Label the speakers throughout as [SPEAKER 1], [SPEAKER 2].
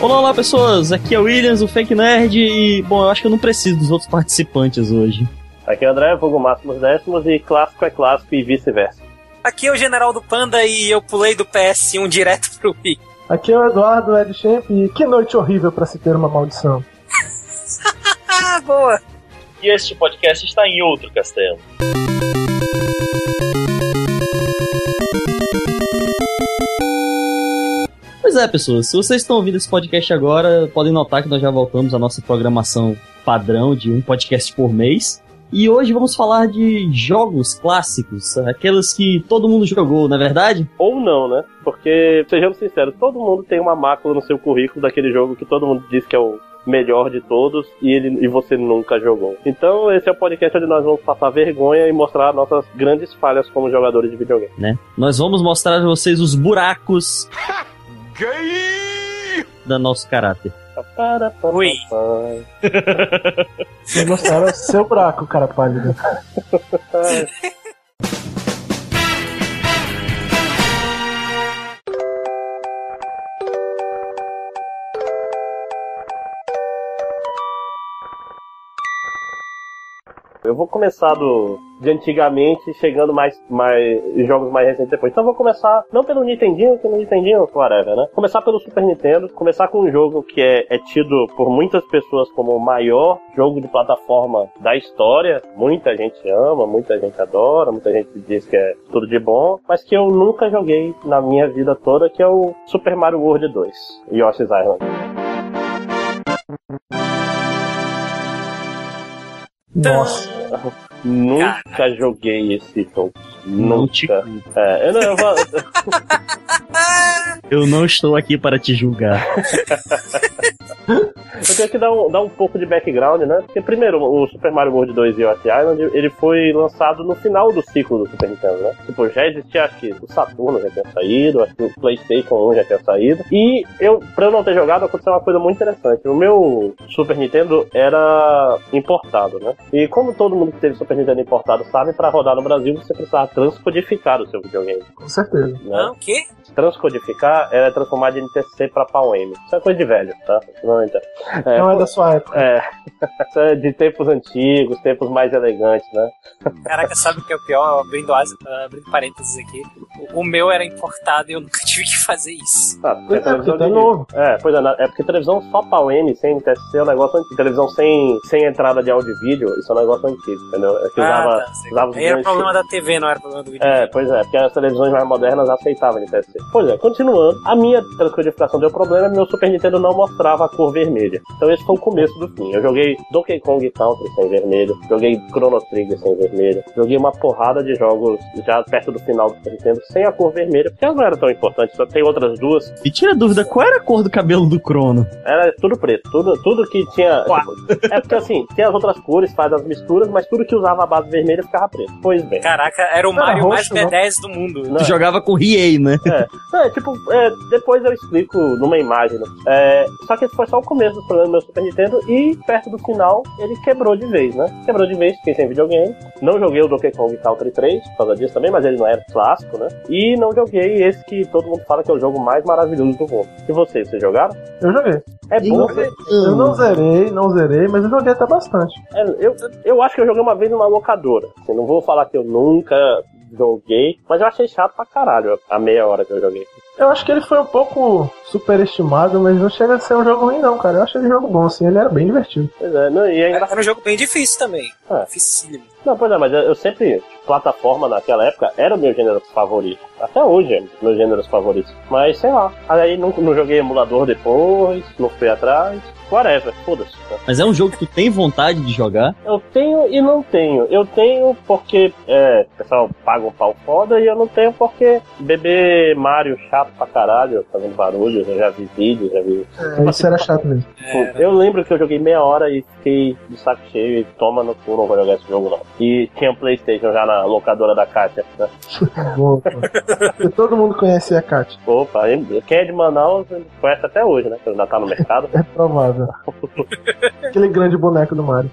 [SPEAKER 1] Olá, olá pessoas, aqui é o Williams, o Fake Nerd, e bom, eu acho que eu não preciso dos outros participantes hoje.
[SPEAKER 2] Aqui é o André, vulgo máximos décimos, e clássico é clássico e vice-versa.
[SPEAKER 3] Aqui é o General do Panda e eu pulei do PS1 direto pro Wii.
[SPEAKER 4] Aqui é o Eduardo Ed Champ e que noite horrível pra se ter uma maldição.
[SPEAKER 3] Ah, boa!
[SPEAKER 5] E este podcast está tá em outro castelo.
[SPEAKER 1] Pois é, pessoas, se vocês estão ouvindo esse podcast agora, podem notar que nós já voltamos à nossa programação padrão de um podcast por mês. E hoje vamos falar de jogos clássicos, aqueles que todo mundo jogou, na é verdade?
[SPEAKER 2] Ou não, né? Porque, sejamos sinceros, todo mundo tem uma mácula no seu currículo daquele jogo que todo mundo diz que é o melhor de todos e, ele, e você nunca jogou. Então, esse é o podcast onde nós vamos passar vergonha e mostrar nossas grandes falhas como jogadores de videogame.
[SPEAKER 1] Né? Nós vamos mostrar a vocês os buracos da nosso caráter.
[SPEAKER 3] Ui.
[SPEAKER 4] Vocês mostraram o seu buraco, cara pálido.
[SPEAKER 2] Eu vou começar do, de antigamente, chegando mais, mais jogos mais recentes depois. Então eu vou começar, não pelo Nintendinho, pelo Nintendinho, whatever, né? Começar pelo Super Nintendo, começar com um jogo que é, é tido por muitas pessoas como o maior jogo de plataforma da história. Muita gente ama, muita gente adora, muita gente diz que é tudo de bom, mas que eu nunca joguei na minha vida toda, que é o Super Mario World 2, Yoshi's Island.
[SPEAKER 4] Nossa.
[SPEAKER 2] Nunca joguei esse jogo.
[SPEAKER 1] Não te
[SPEAKER 2] Nunca. É, eu não, eu vou,
[SPEAKER 1] Eu não estou aqui para te julgar.
[SPEAKER 2] Eu tenho que dar um, dar um pouco de background, né? Porque, primeiro, o Super Mario World 2 e o Yoshi's Island, ele foi lançado no final do ciclo do Super Nintendo, né? Tipo, já existia, acho que o Saturno já tinha saído, acho que o PlayStation 1 já tinha saído. E eu, pra eu não ter jogado, aconteceu uma coisa muito interessante. O meu Super Nintendo era importado, né? E como todo mundo que teve Super Nintendo importado sabe, pra rodar no Brasil, você precisava transcodificar o seu videogame,
[SPEAKER 4] Com certeza.
[SPEAKER 2] né?
[SPEAKER 3] Não, o quê?
[SPEAKER 2] Transcodificar era transformar de NTC pra PAUM. Isso é coisa de velho, tá? Não, então. É,
[SPEAKER 4] Não é da sua época.
[SPEAKER 2] é, isso é de tempos antigos, tempos mais elegantes, né?
[SPEAKER 3] Caraca, sabe o que é o pior? Abrindo, as, abrindo parênteses aqui. O, o meu era importado e eu nunca tive que fazer isso.
[SPEAKER 2] Ah,
[SPEAKER 4] Pois é, porque tá
[SPEAKER 2] de-
[SPEAKER 4] novo.
[SPEAKER 2] É, pois é, na- é porque televisão só pau N, sem NTSC, é um negócio antigo. Televisão sem, sem entrada de áudio e vídeo, isso é um negócio antigo, entendeu? É
[SPEAKER 3] Ah,
[SPEAKER 2] que usava,
[SPEAKER 3] tá, sei.
[SPEAKER 2] usava os
[SPEAKER 3] Aí era
[SPEAKER 2] grandes-
[SPEAKER 3] problema da TV, não era problema do vídeo.
[SPEAKER 2] É, pois é, porque as televisões mais modernas aceitavam NTSC. Pois é, continuando, a minha transcodificação deu problema, meu Super Nintendo não mostrava a cor vermelha. Então esse foi o começo do fim. Eu joguei Donkey Kong Country sem vermelho, joguei Chrono Trigger sem vermelho, joguei uma porrada de jogos já perto do final do Super Nintendo sem a cor vermelha, porque elas não eram tão importantes, só tem outras duas.
[SPEAKER 1] E tira a dúvida, qual era a cor do cabelo do Crono?
[SPEAKER 2] Era tudo preto, tudo, tudo que tinha.
[SPEAKER 1] Uá.
[SPEAKER 2] tipo, é porque assim, tem as outras cores, faz as misturas, mas tudo que usava a base vermelha ficava preto. Pois bem.
[SPEAKER 3] Caraca, era o
[SPEAKER 4] Não era
[SPEAKER 3] Mario mais
[SPEAKER 4] roxo, não.
[SPEAKER 3] B10 do mundo.
[SPEAKER 2] Não,
[SPEAKER 1] Tu jogava com Riei, né?
[SPEAKER 2] É, tipo, é, depois eu explico numa imagem. né? É, só que esse foi só o começo do problema do meu Super Nintendo e perto do final ele quebrou de vez, né? Quebrou de vez, fiquei sem videogame. Não joguei o Donkey Kong Country 3 por causa disso também, mas ele não era clássico, né? E não joguei esse que todo mundo fala que é o jogo mais maravilhoso do mundo. E vocês, vocês jogaram?
[SPEAKER 4] Eu joguei.
[SPEAKER 2] É bom.
[SPEAKER 4] Eu
[SPEAKER 2] Hum.
[SPEAKER 4] não zerei, não zerei, mas eu joguei até bastante.
[SPEAKER 2] É, eu, eu acho que eu joguei uma vez numa locadora. Assim, não vou falar que eu nunca joguei, mas eu achei chato pra caralho a meia hora que eu joguei.
[SPEAKER 4] Eu acho que ele foi um pouco superestimado, mas não chega a ser um jogo ruim, não, cara. Eu achei ele um jogo bom, assim, ele era bem divertido.
[SPEAKER 2] Pois é, não, e é engra-
[SPEAKER 3] Era um jogo bem difícil também.
[SPEAKER 2] É.
[SPEAKER 3] Dificílimo.
[SPEAKER 2] não, pois é, mas eu, eu sempre, plataforma naquela época era o meu gênero favorito. Até hoje é meu gênero favorito. Mas sei lá. Aí não, não joguei emulador depois, não fui atrás. Whatever, foda-se. né?
[SPEAKER 1] Mas é um jogo que tu tem vontade de jogar.
[SPEAKER 2] Eu tenho e não tenho. Eu tenho porque é, o pessoal paga um pau foda e eu não tenho porque bebê Mario chato pra caralho, fazendo barulho, eu já vi vídeos, já vi.
[SPEAKER 4] É, isso era chato mesmo.
[SPEAKER 2] Tipo, eu lembro que eu joguei meia hora e fiquei de saco cheio e toma no cu, não vou jogar esse jogo não. E tinha um Playstation já na locadora da Kátia. Né?
[SPEAKER 4] Boa, pô. Todo mundo conhecia a Kat,
[SPEAKER 2] Opa, aí, quem é de Manaus conhece até hoje, né? Que ainda tá no mercado.
[SPEAKER 4] é provável. Aquele grande boneco do Mario.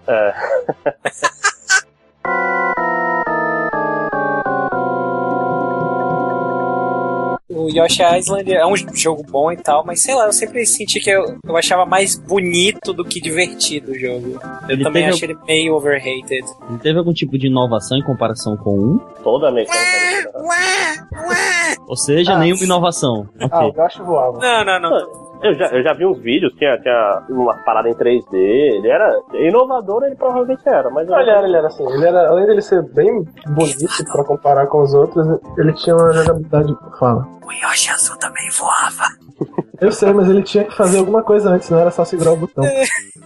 [SPEAKER 3] O Yoshi Island é um jogo bom e tal, mas sei lá, eu sempre senti que eu, eu achava mais bonito do que divertido o jogo. Eu
[SPEAKER 1] Ele
[SPEAKER 3] também
[SPEAKER 1] teve-
[SPEAKER 3] achei ele meio overrated.
[SPEAKER 1] Ele teve algum tipo de inovação em comparação com um?
[SPEAKER 2] Toda mecânica.
[SPEAKER 1] Ou seja,
[SPEAKER 4] Ah,
[SPEAKER 1] nenhuma
[SPEAKER 4] sim.
[SPEAKER 1] inovação.
[SPEAKER 4] Ah, o
[SPEAKER 1] Ok.
[SPEAKER 4] Yoshi voava.
[SPEAKER 3] Não, não, não.
[SPEAKER 2] Eu já, eu já vi uns vídeos, tinha, tinha uma parada em 3D, ele era inovador, ele provavelmente era, mas...
[SPEAKER 4] Ele era, ele era assim, ele era, além dele ser bem bonito pra comparar com os outros, ele tinha uma jogabilidade. Fala.
[SPEAKER 3] O Yoshi azul também voava.
[SPEAKER 4] Eu sei, mas ele tinha que fazer alguma coisa antes, não era só segurar o botão.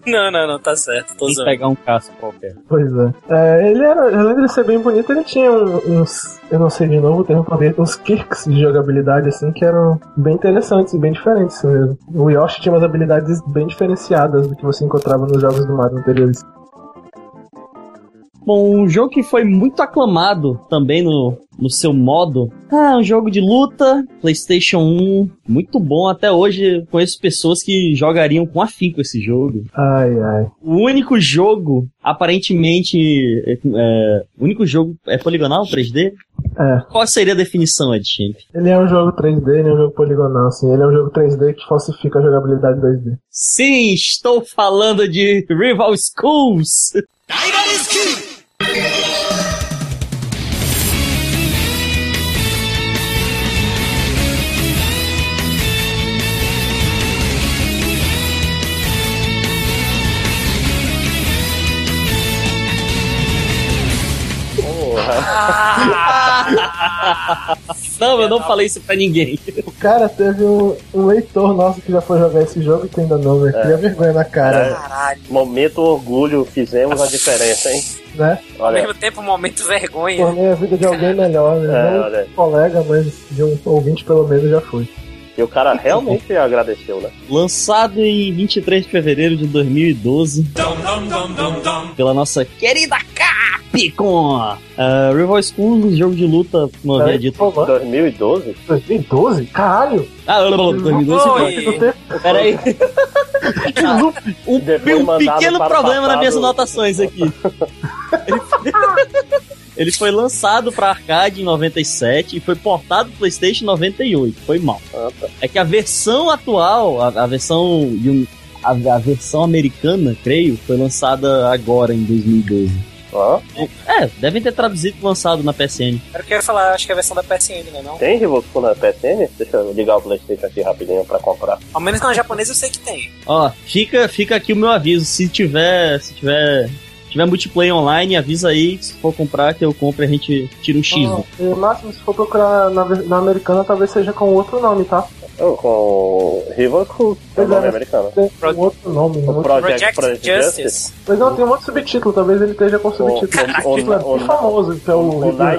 [SPEAKER 3] Não, não, não, tá certo. Tô
[SPEAKER 1] Tem que
[SPEAKER 3] zoando.
[SPEAKER 1] pegar um casco qualquer.
[SPEAKER 4] Pois é. É, ele era, além dele ser bem bonito, ele tinha um- uns, eu não sei de novo o termo poder, uns kicks de jogabilidade, assim, que eram bem interessantes e bem diferentes mesmo. O Yoshi tinha umas habilidades bem diferenciadas do que você encontrava nos jogos do Mario anteriores.
[SPEAKER 1] Bom, um jogo que foi muito aclamado também no, no seu modo. Ah, um jogo de luta, PlayStation 1, muito bom. Até hoje conheço pessoas que jogariam com afinco esse jogo.
[SPEAKER 4] Ai, ai.
[SPEAKER 1] O único jogo, aparentemente. é, é, o único jogo é poligonal, 3D?
[SPEAKER 4] É.
[SPEAKER 1] Qual seria a definição, Ed Champ?
[SPEAKER 4] Ele é um jogo 3D, ele é um jogo poligonal, assim, ele é um jogo 3D que falsifica a jogabilidade 2D.
[SPEAKER 1] Sim, estou falando de Rival Schools!
[SPEAKER 2] Porra.
[SPEAKER 1] Não, eu não falei isso pra ninguém.
[SPEAKER 4] Cara, teve um, um leitor nosso que já foi jogar esse jogo e tem ainda não,
[SPEAKER 2] É.
[SPEAKER 4] velho. Cria vergonha na cara,
[SPEAKER 3] Caralho.
[SPEAKER 2] Momento orgulho, fizemos a diferença, hein?
[SPEAKER 4] né?
[SPEAKER 3] Ao
[SPEAKER 2] Olha,
[SPEAKER 3] mesmo tempo, um momento vergonha.
[SPEAKER 4] Tornei a vida de alguém melhor, né?
[SPEAKER 2] É,
[SPEAKER 4] Não
[SPEAKER 2] olha.
[SPEAKER 4] de um colega, mas de um ouvinte pelo menos já foi.
[SPEAKER 2] e o cara realmente agradeceu, né?
[SPEAKER 1] Lançado em 23 de fevereiro de 2012 pela nossa querida Capcom. Uh, Rival Schools, um jogo de luta, como eu havia
[SPEAKER 4] Peraí,
[SPEAKER 1] dito.
[SPEAKER 4] por favor.
[SPEAKER 2] 2012?
[SPEAKER 4] 2012? Caralho!
[SPEAKER 1] Ah, eu não 2012.
[SPEAKER 3] Oi.
[SPEAKER 1] não. Peraí. um,
[SPEAKER 2] Depois
[SPEAKER 1] um
[SPEAKER 2] mandado
[SPEAKER 1] pequeno
[SPEAKER 2] para o
[SPEAKER 1] problema nas
[SPEAKER 2] passado.
[SPEAKER 1] minhas anotações aqui. Ele foi- Ele foi lançado para arcade em 97 e foi portado pro PlayStation em 98. Foi mal.
[SPEAKER 2] Ah,
[SPEAKER 1] É que a versão atual, a, a versão de um- a, a versão americana, creio, foi lançada agora em 2012.
[SPEAKER 2] Ó,
[SPEAKER 1] É, devem ter traduzido e lançado na PSN.
[SPEAKER 3] Eu quero falar, acho que é a versão da PSN, né? Não?
[SPEAKER 2] tem Revolução na PSN? Deixa eu ligar o Playstation aqui rapidinho pra comprar.
[SPEAKER 3] Ao menos na japonesa eu sei que tem.
[SPEAKER 1] Ó, fica, fica aqui o meu aviso. Se tiver, se tiver, se tiver multiplayer online, avisa aí. Se for comprar, que eu compro e a gente tira um X.
[SPEAKER 4] Ah, e, máximo, se for procurar na, na americana, talvez seja com outro nome, tá?
[SPEAKER 2] Eu, com Rival Crew, que é o
[SPEAKER 4] Pois é.
[SPEAKER 2] nome americano.
[SPEAKER 4] Tem
[SPEAKER 3] Pro-
[SPEAKER 4] um outro nome. Um
[SPEAKER 2] O
[SPEAKER 4] outro...
[SPEAKER 2] Project,
[SPEAKER 3] Project,
[SPEAKER 2] Project
[SPEAKER 3] Justice.
[SPEAKER 2] Justice.
[SPEAKER 4] Mas não, tem um outro subtítulo, talvez ele esteja com subtítulo.
[SPEAKER 2] o-
[SPEAKER 4] O subtítulo é
[SPEAKER 2] o-
[SPEAKER 4] bem famoso, que é o. acho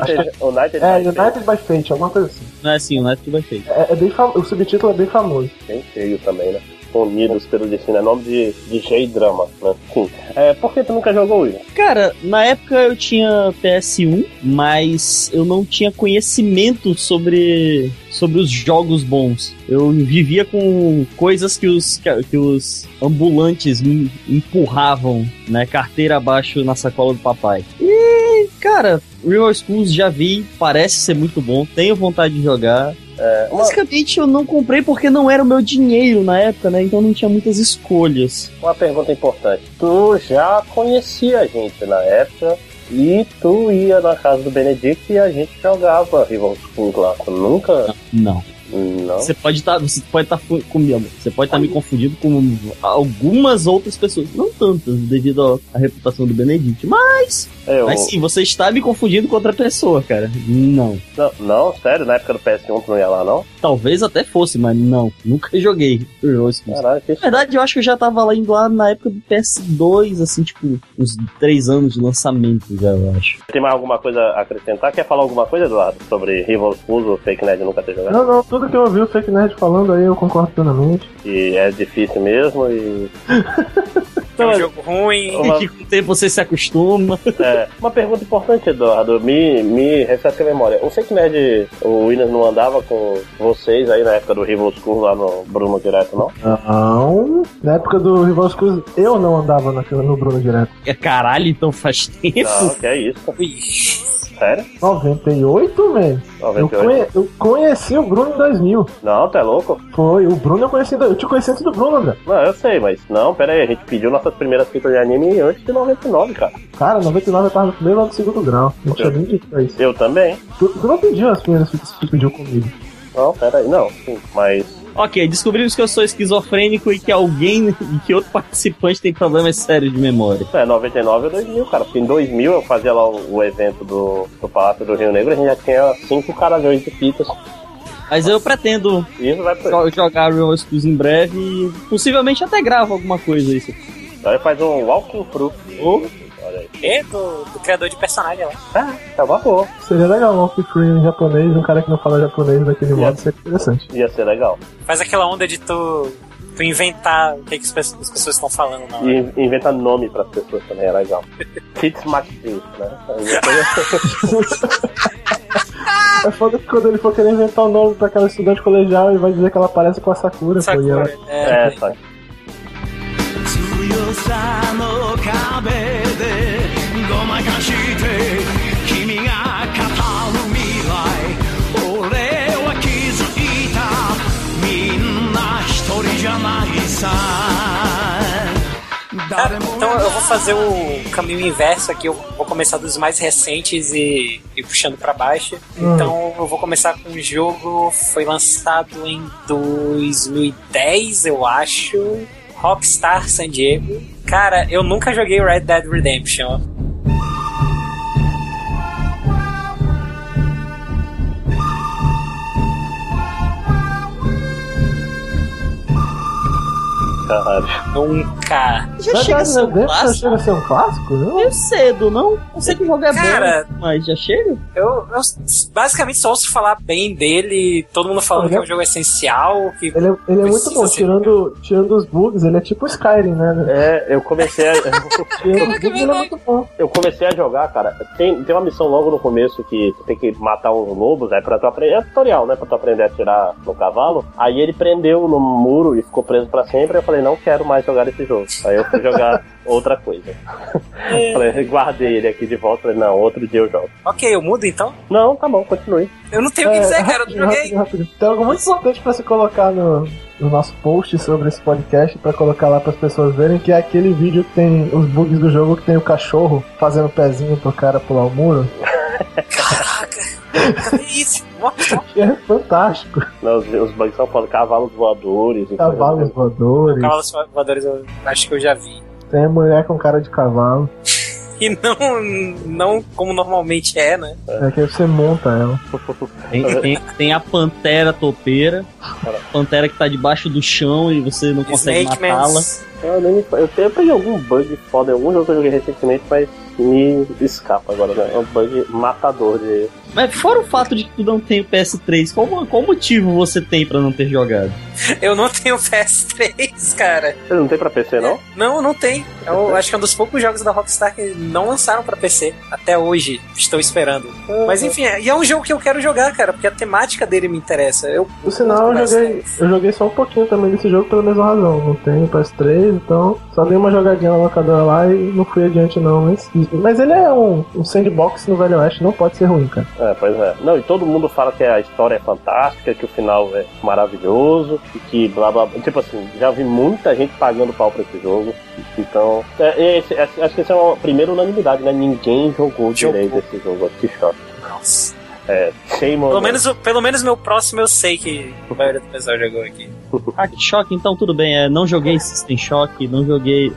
[SPEAKER 4] que
[SPEAKER 2] United, United by
[SPEAKER 4] é,
[SPEAKER 2] Fate.
[SPEAKER 4] United by Fate, alguma coisa assim.
[SPEAKER 1] Não é assim, não é que vai feito.
[SPEAKER 4] É, é bem fam... O subtítulo é bem famoso.
[SPEAKER 2] Bem feio também, né? Unidos pelo destino, é nome de, de J-drama, né? Sim. É, por que tu nunca jogou isso?
[SPEAKER 1] Cara, na época eu tinha PS1, mas eu não tinha conhecimento sobre, sobre os jogos bons. Eu vivia com coisas que os, que, que os ambulantes me empurravam, né? Carteira abaixo na sacola do papai. E, cara, Real Schools já vi, parece ser muito bom, tenho vontade de jogar. É,
[SPEAKER 2] uma-
[SPEAKER 1] Basicamente eu não comprei porque não era o meu dinheiro na época, né? Então não tinha muitas escolhas.
[SPEAKER 2] Uma pergunta importante. Tu já conhecia a gente na época e tu ia na casa do Benedicto e a gente jogava Rival School lá. Tu nunca.
[SPEAKER 1] Não.
[SPEAKER 2] Não.
[SPEAKER 1] Você pode estar, você pode tá estar comigo, você pode estar me confundindo com algumas outras pessoas, não tantas, devido ao- à reputação do Benedict, mas,
[SPEAKER 2] Eu,
[SPEAKER 1] mas sim, você está me confundindo com outra pessoa, cara. Não.
[SPEAKER 2] não, não, sério, na época do PS1 tu não ia lá, não?
[SPEAKER 1] Talvez até fosse, mas não, nunca joguei. Heroes Cruz.
[SPEAKER 2] Caralho, que
[SPEAKER 1] Na verdade, eu acho que eu já tava lá indo lá na época do PS2, assim, tipo, uns três anos de lançamento já, eu acho.
[SPEAKER 2] Tem mais alguma coisa a acrescentar? Quer falar alguma coisa, Eduardo, sobre Rival Schools ou Fake Nerd nunca ter jogado?
[SPEAKER 4] Não, não, tudo que eu ouvi o Fake Nerd falando aí eu concordo plenamente.
[SPEAKER 2] Que é difícil mesmo e.
[SPEAKER 3] É
[SPEAKER 2] Não,
[SPEAKER 3] um jogo ruim.
[SPEAKER 2] Uma-
[SPEAKER 1] Que com o tempo você se acostuma.
[SPEAKER 2] É, uma pergunta importante, Eduardo, me, me refresca a memória. Eu sei que Nerd, o Williams não andava com vocês aí na época do Rival School lá no Bruno Direto, não?
[SPEAKER 4] Não. Na época do Rival Cruz, eu não andava naquela, no Bruno direto.
[SPEAKER 1] É, Caralho, então faz tempo.
[SPEAKER 2] Não, que é isso.
[SPEAKER 3] Ui.
[SPEAKER 2] Sério?
[SPEAKER 4] 98, man. Eu,
[SPEAKER 2] 98?
[SPEAKER 4] conhe- eu conheci o Bruno em 2000.
[SPEAKER 2] Não, tu é louco?
[SPEAKER 4] Foi, o Bruno eu conheci. em dois- Eu te conheci antes do Bruno, André.
[SPEAKER 2] Não, eu sei, mas não, pera aí, a gente pediu nossas primeiras fitas de anime antes de 99, cara.
[SPEAKER 4] Cara, 99 eu tava no primeiro ou no segundo grau. Não tinha nem dito pra isso.
[SPEAKER 2] Eu também.
[SPEAKER 4] Tu, tu não pediu as primeiras fitas que tu pediu comigo.
[SPEAKER 2] Não, pera aí, não, sim, mas.
[SPEAKER 1] Ok, descobrimos que eu sou esquizofrênico e que alguém, que outro participante tem problemas sérios de memória.
[SPEAKER 2] É, 99 ou 2000, cara. Porque em 2000 eu fazia lá o, o evento do, do Palácio do Rio Negro, a gente já tinha cinco caralhões de fitas.
[SPEAKER 1] Mas eu pretendo
[SPEAKER 2] E isso vai pro.
[SPEAKER 1] jo- jogar Real Studios em breve e possivelmente até gravo alguma coisa isso.
[SPEAKER 2] Aí faz um walking through. Olha aí.
[SPEAKER 3] É do, do criador de personagem lá.
[SPEAKER 2] Tá uma boa.
[SPEAKER 4] Seria legal um off-free em japonês, um cara que não fala japonês daquele modo, seria interessante.
[SPEAKER 2] Ia ser legal.
[SPEAKER 3] Faz aquela onda de tu, tu inventar o que, que as pe- as pessoas estão falando é? na
[SPEAKER 2] E
[SPEAKER 3] hora.
[SPEAKER 2] in- inventa nome pras pessoas também, é legal. Kids McFish, né? Uma coisa-
[SPEAKER 4] É foda que quando ele for querer inventar um nome pra aquela estudante colegial, ele vai dizer que ela parece com a Sakura, pô, e ela
[SPEAKER 3] Sakura. É,
[SPEAKER 2] É, sabe?
[SPEAKER 6] 強さの壁でごまかして君が語る未来俺は気づいたみんな一人じゃないさ
[SPEAKER 3] Cara, então eu vou fazer o caminho inverso aqui. Eu vou começar dos mais recentes e, e puxando pra baixo. Então eu vou começar com um jogo foi lançado em 2010, eu acho. Rockstar San Diego. Cara, eu nunca joguei Red Dead Redemption.
[SPEAKER 2] Caralho.
[SPEAKER 3] Nunca.
[SPEAKER 1] Já
[SPEAKER 4] Red
[SPEAKER 1] chega a
[SPEAKER 4] Dead
[SPEAKER 1] ser um
[SPEAKER 4] Redemption
[SPEAKER 1] clássico?
[SPEAKER 4] chega a ser um clássico? Não?
[SPEAKER 1] Meio cedo, não? Não sei que jogo é
[SPEAKER 3] Cara.
[SPEAKER 1] bom, mas já chega?
[SPEAKER 3] Eu, eu basicamente só ouço falar bem dele, todo mundo falando que é um jogo essencial, que
[SPEAKER 4] Ele é, ele é muito
[SPEAKER 3] Precisa
[SPEAKER 4] bom,
[SPEAKER 3] ser.
[SPEAKER 4] tirando, tirando os bugs, ele é tipo Skyrim, né?
[SPEAKER 2] É, eu comecei a.
[SPEAKER 4] Tirando os bugs, ele é muito bom.
[SPEAKER 2] Eu comecei a jogar, cara. Tem, tem uma missão logo no começo que tu tem que matar uns lobos, né? Pra tu aprender. É tutorial, né? Pra tu aprender a atirar no cavalo. Aí ele prendeu no muro e ficou preso pra sempre. Eu falei, não quero mais jogar esse jogo. Aí eu fui jogar outra coisa. falei, guardei ele aqui de volta. Falei, não, outro dia eu jogo.
[SPEAKER 3] Ok, eu mudo então?
[SPEAKER 2] Não, tá bom, continue.
[SPEAKER 3] Eu não tenho o que
[SPEAKER 4] É,
[SPEAKER 3] dizer, cara, eu
[SPEAKER 4] rapidinho,
[SPEAKER 3] não joguei.
[SPEAKER 4] rapidinho, rapidinho. Tem algo muito importante pra se colocar no, no nosso post sobre esse podcast, pra colocar lá pras pessoas verem, que é aquele vídeo que tem os bugs do jogo que tem o cachorro fazendo pezinho pro cara pular o muro.
[SPEAKER 3] Caraca, cadê isso? Mostra.
[SPEAKER 4] É fantástico.
[SPEAKER 2] Não, os, os bugs são falando cavalos voadores e
[SPEAKER 4] Cavalos
[SPEAKER 2] coisas.
[SPEAKER 4] voadores,
[SPEAKER 3] Cavalos voadores eu acho que eu já vi.
[SPEAKER 4] tem mulher com cara de cavalo.
[SPEAKER 3] E não, não como normalmente é, né?
[SPEAKER 4] É que aí você monta ela.
[SPEAKER 1] Tem, tem- tem a pantera topeira, a pantera que tá debaixo do chão e você não consegue
[SPEAKER 3] Snake Man.
[SPEAKER 1] matá-la.
[SPEAKER 2] Eu, nem me- eu, tenho- eu peguei algum bug foda em algum jogo que eu joguei recentemente, mas me escapa agora, né? É um bug matador de.
[SPEAKER 1] Mas fora o fato de que tu não tem o PS3, qual, qual motivo você tem pra não ter jogado?
[SPEAKER 3] Eu não tenho PS3, cara.
[SPEAKER 2] Ele não tem pra PC, não?
[SPEAKER 3] Não, não tem. Eu acho que é um dos poucos jogos da Rockstar que não lançaram pra PC até hoje. Estou esperando. Mas enfim, é, e é um jogo que eu quero jogar, cara, porque a temática dele me interessa. Eu
[SPEAKER 4] Por sinal, eu joguei, eu joguei só um pouquinho também desse jogo pela mesma razão. Não tenho PS3, então só dei uma jogadinha na locadora lá e não fui adiante não. Mas, mas ele é um, um sandbox no Velho Oeste, não pode ser ruim, cara.
[SPEAKER 2] É, pois é. Não, e todo mundo fala que a história é fantástica, que o final é maravilhoso, e que blá blá blá. Tipo assim, já vi muita gente pagando pau pra esse jogo. Então, é, é, esse- é, acho que essa é uma primeira unanimidade, né? Ninguém jogou
[SPEAKER 3] Jogou.
[SPEAKER 2] direito esse jogo. Que choque.
[SPEAKER 3] Nossa.
[SPEAKER 2] Shame on
[SPEAKER 3] Pelo
[SPEAKER 2] us.
[SPEAKER 3] menos, o- pelo menos meu próximo eu sei que a maioria do pessoal jogou aqui.
[SPEAKER 1] Ah, que choque, então tudo bem, é, não joguei System Shock, não joguei...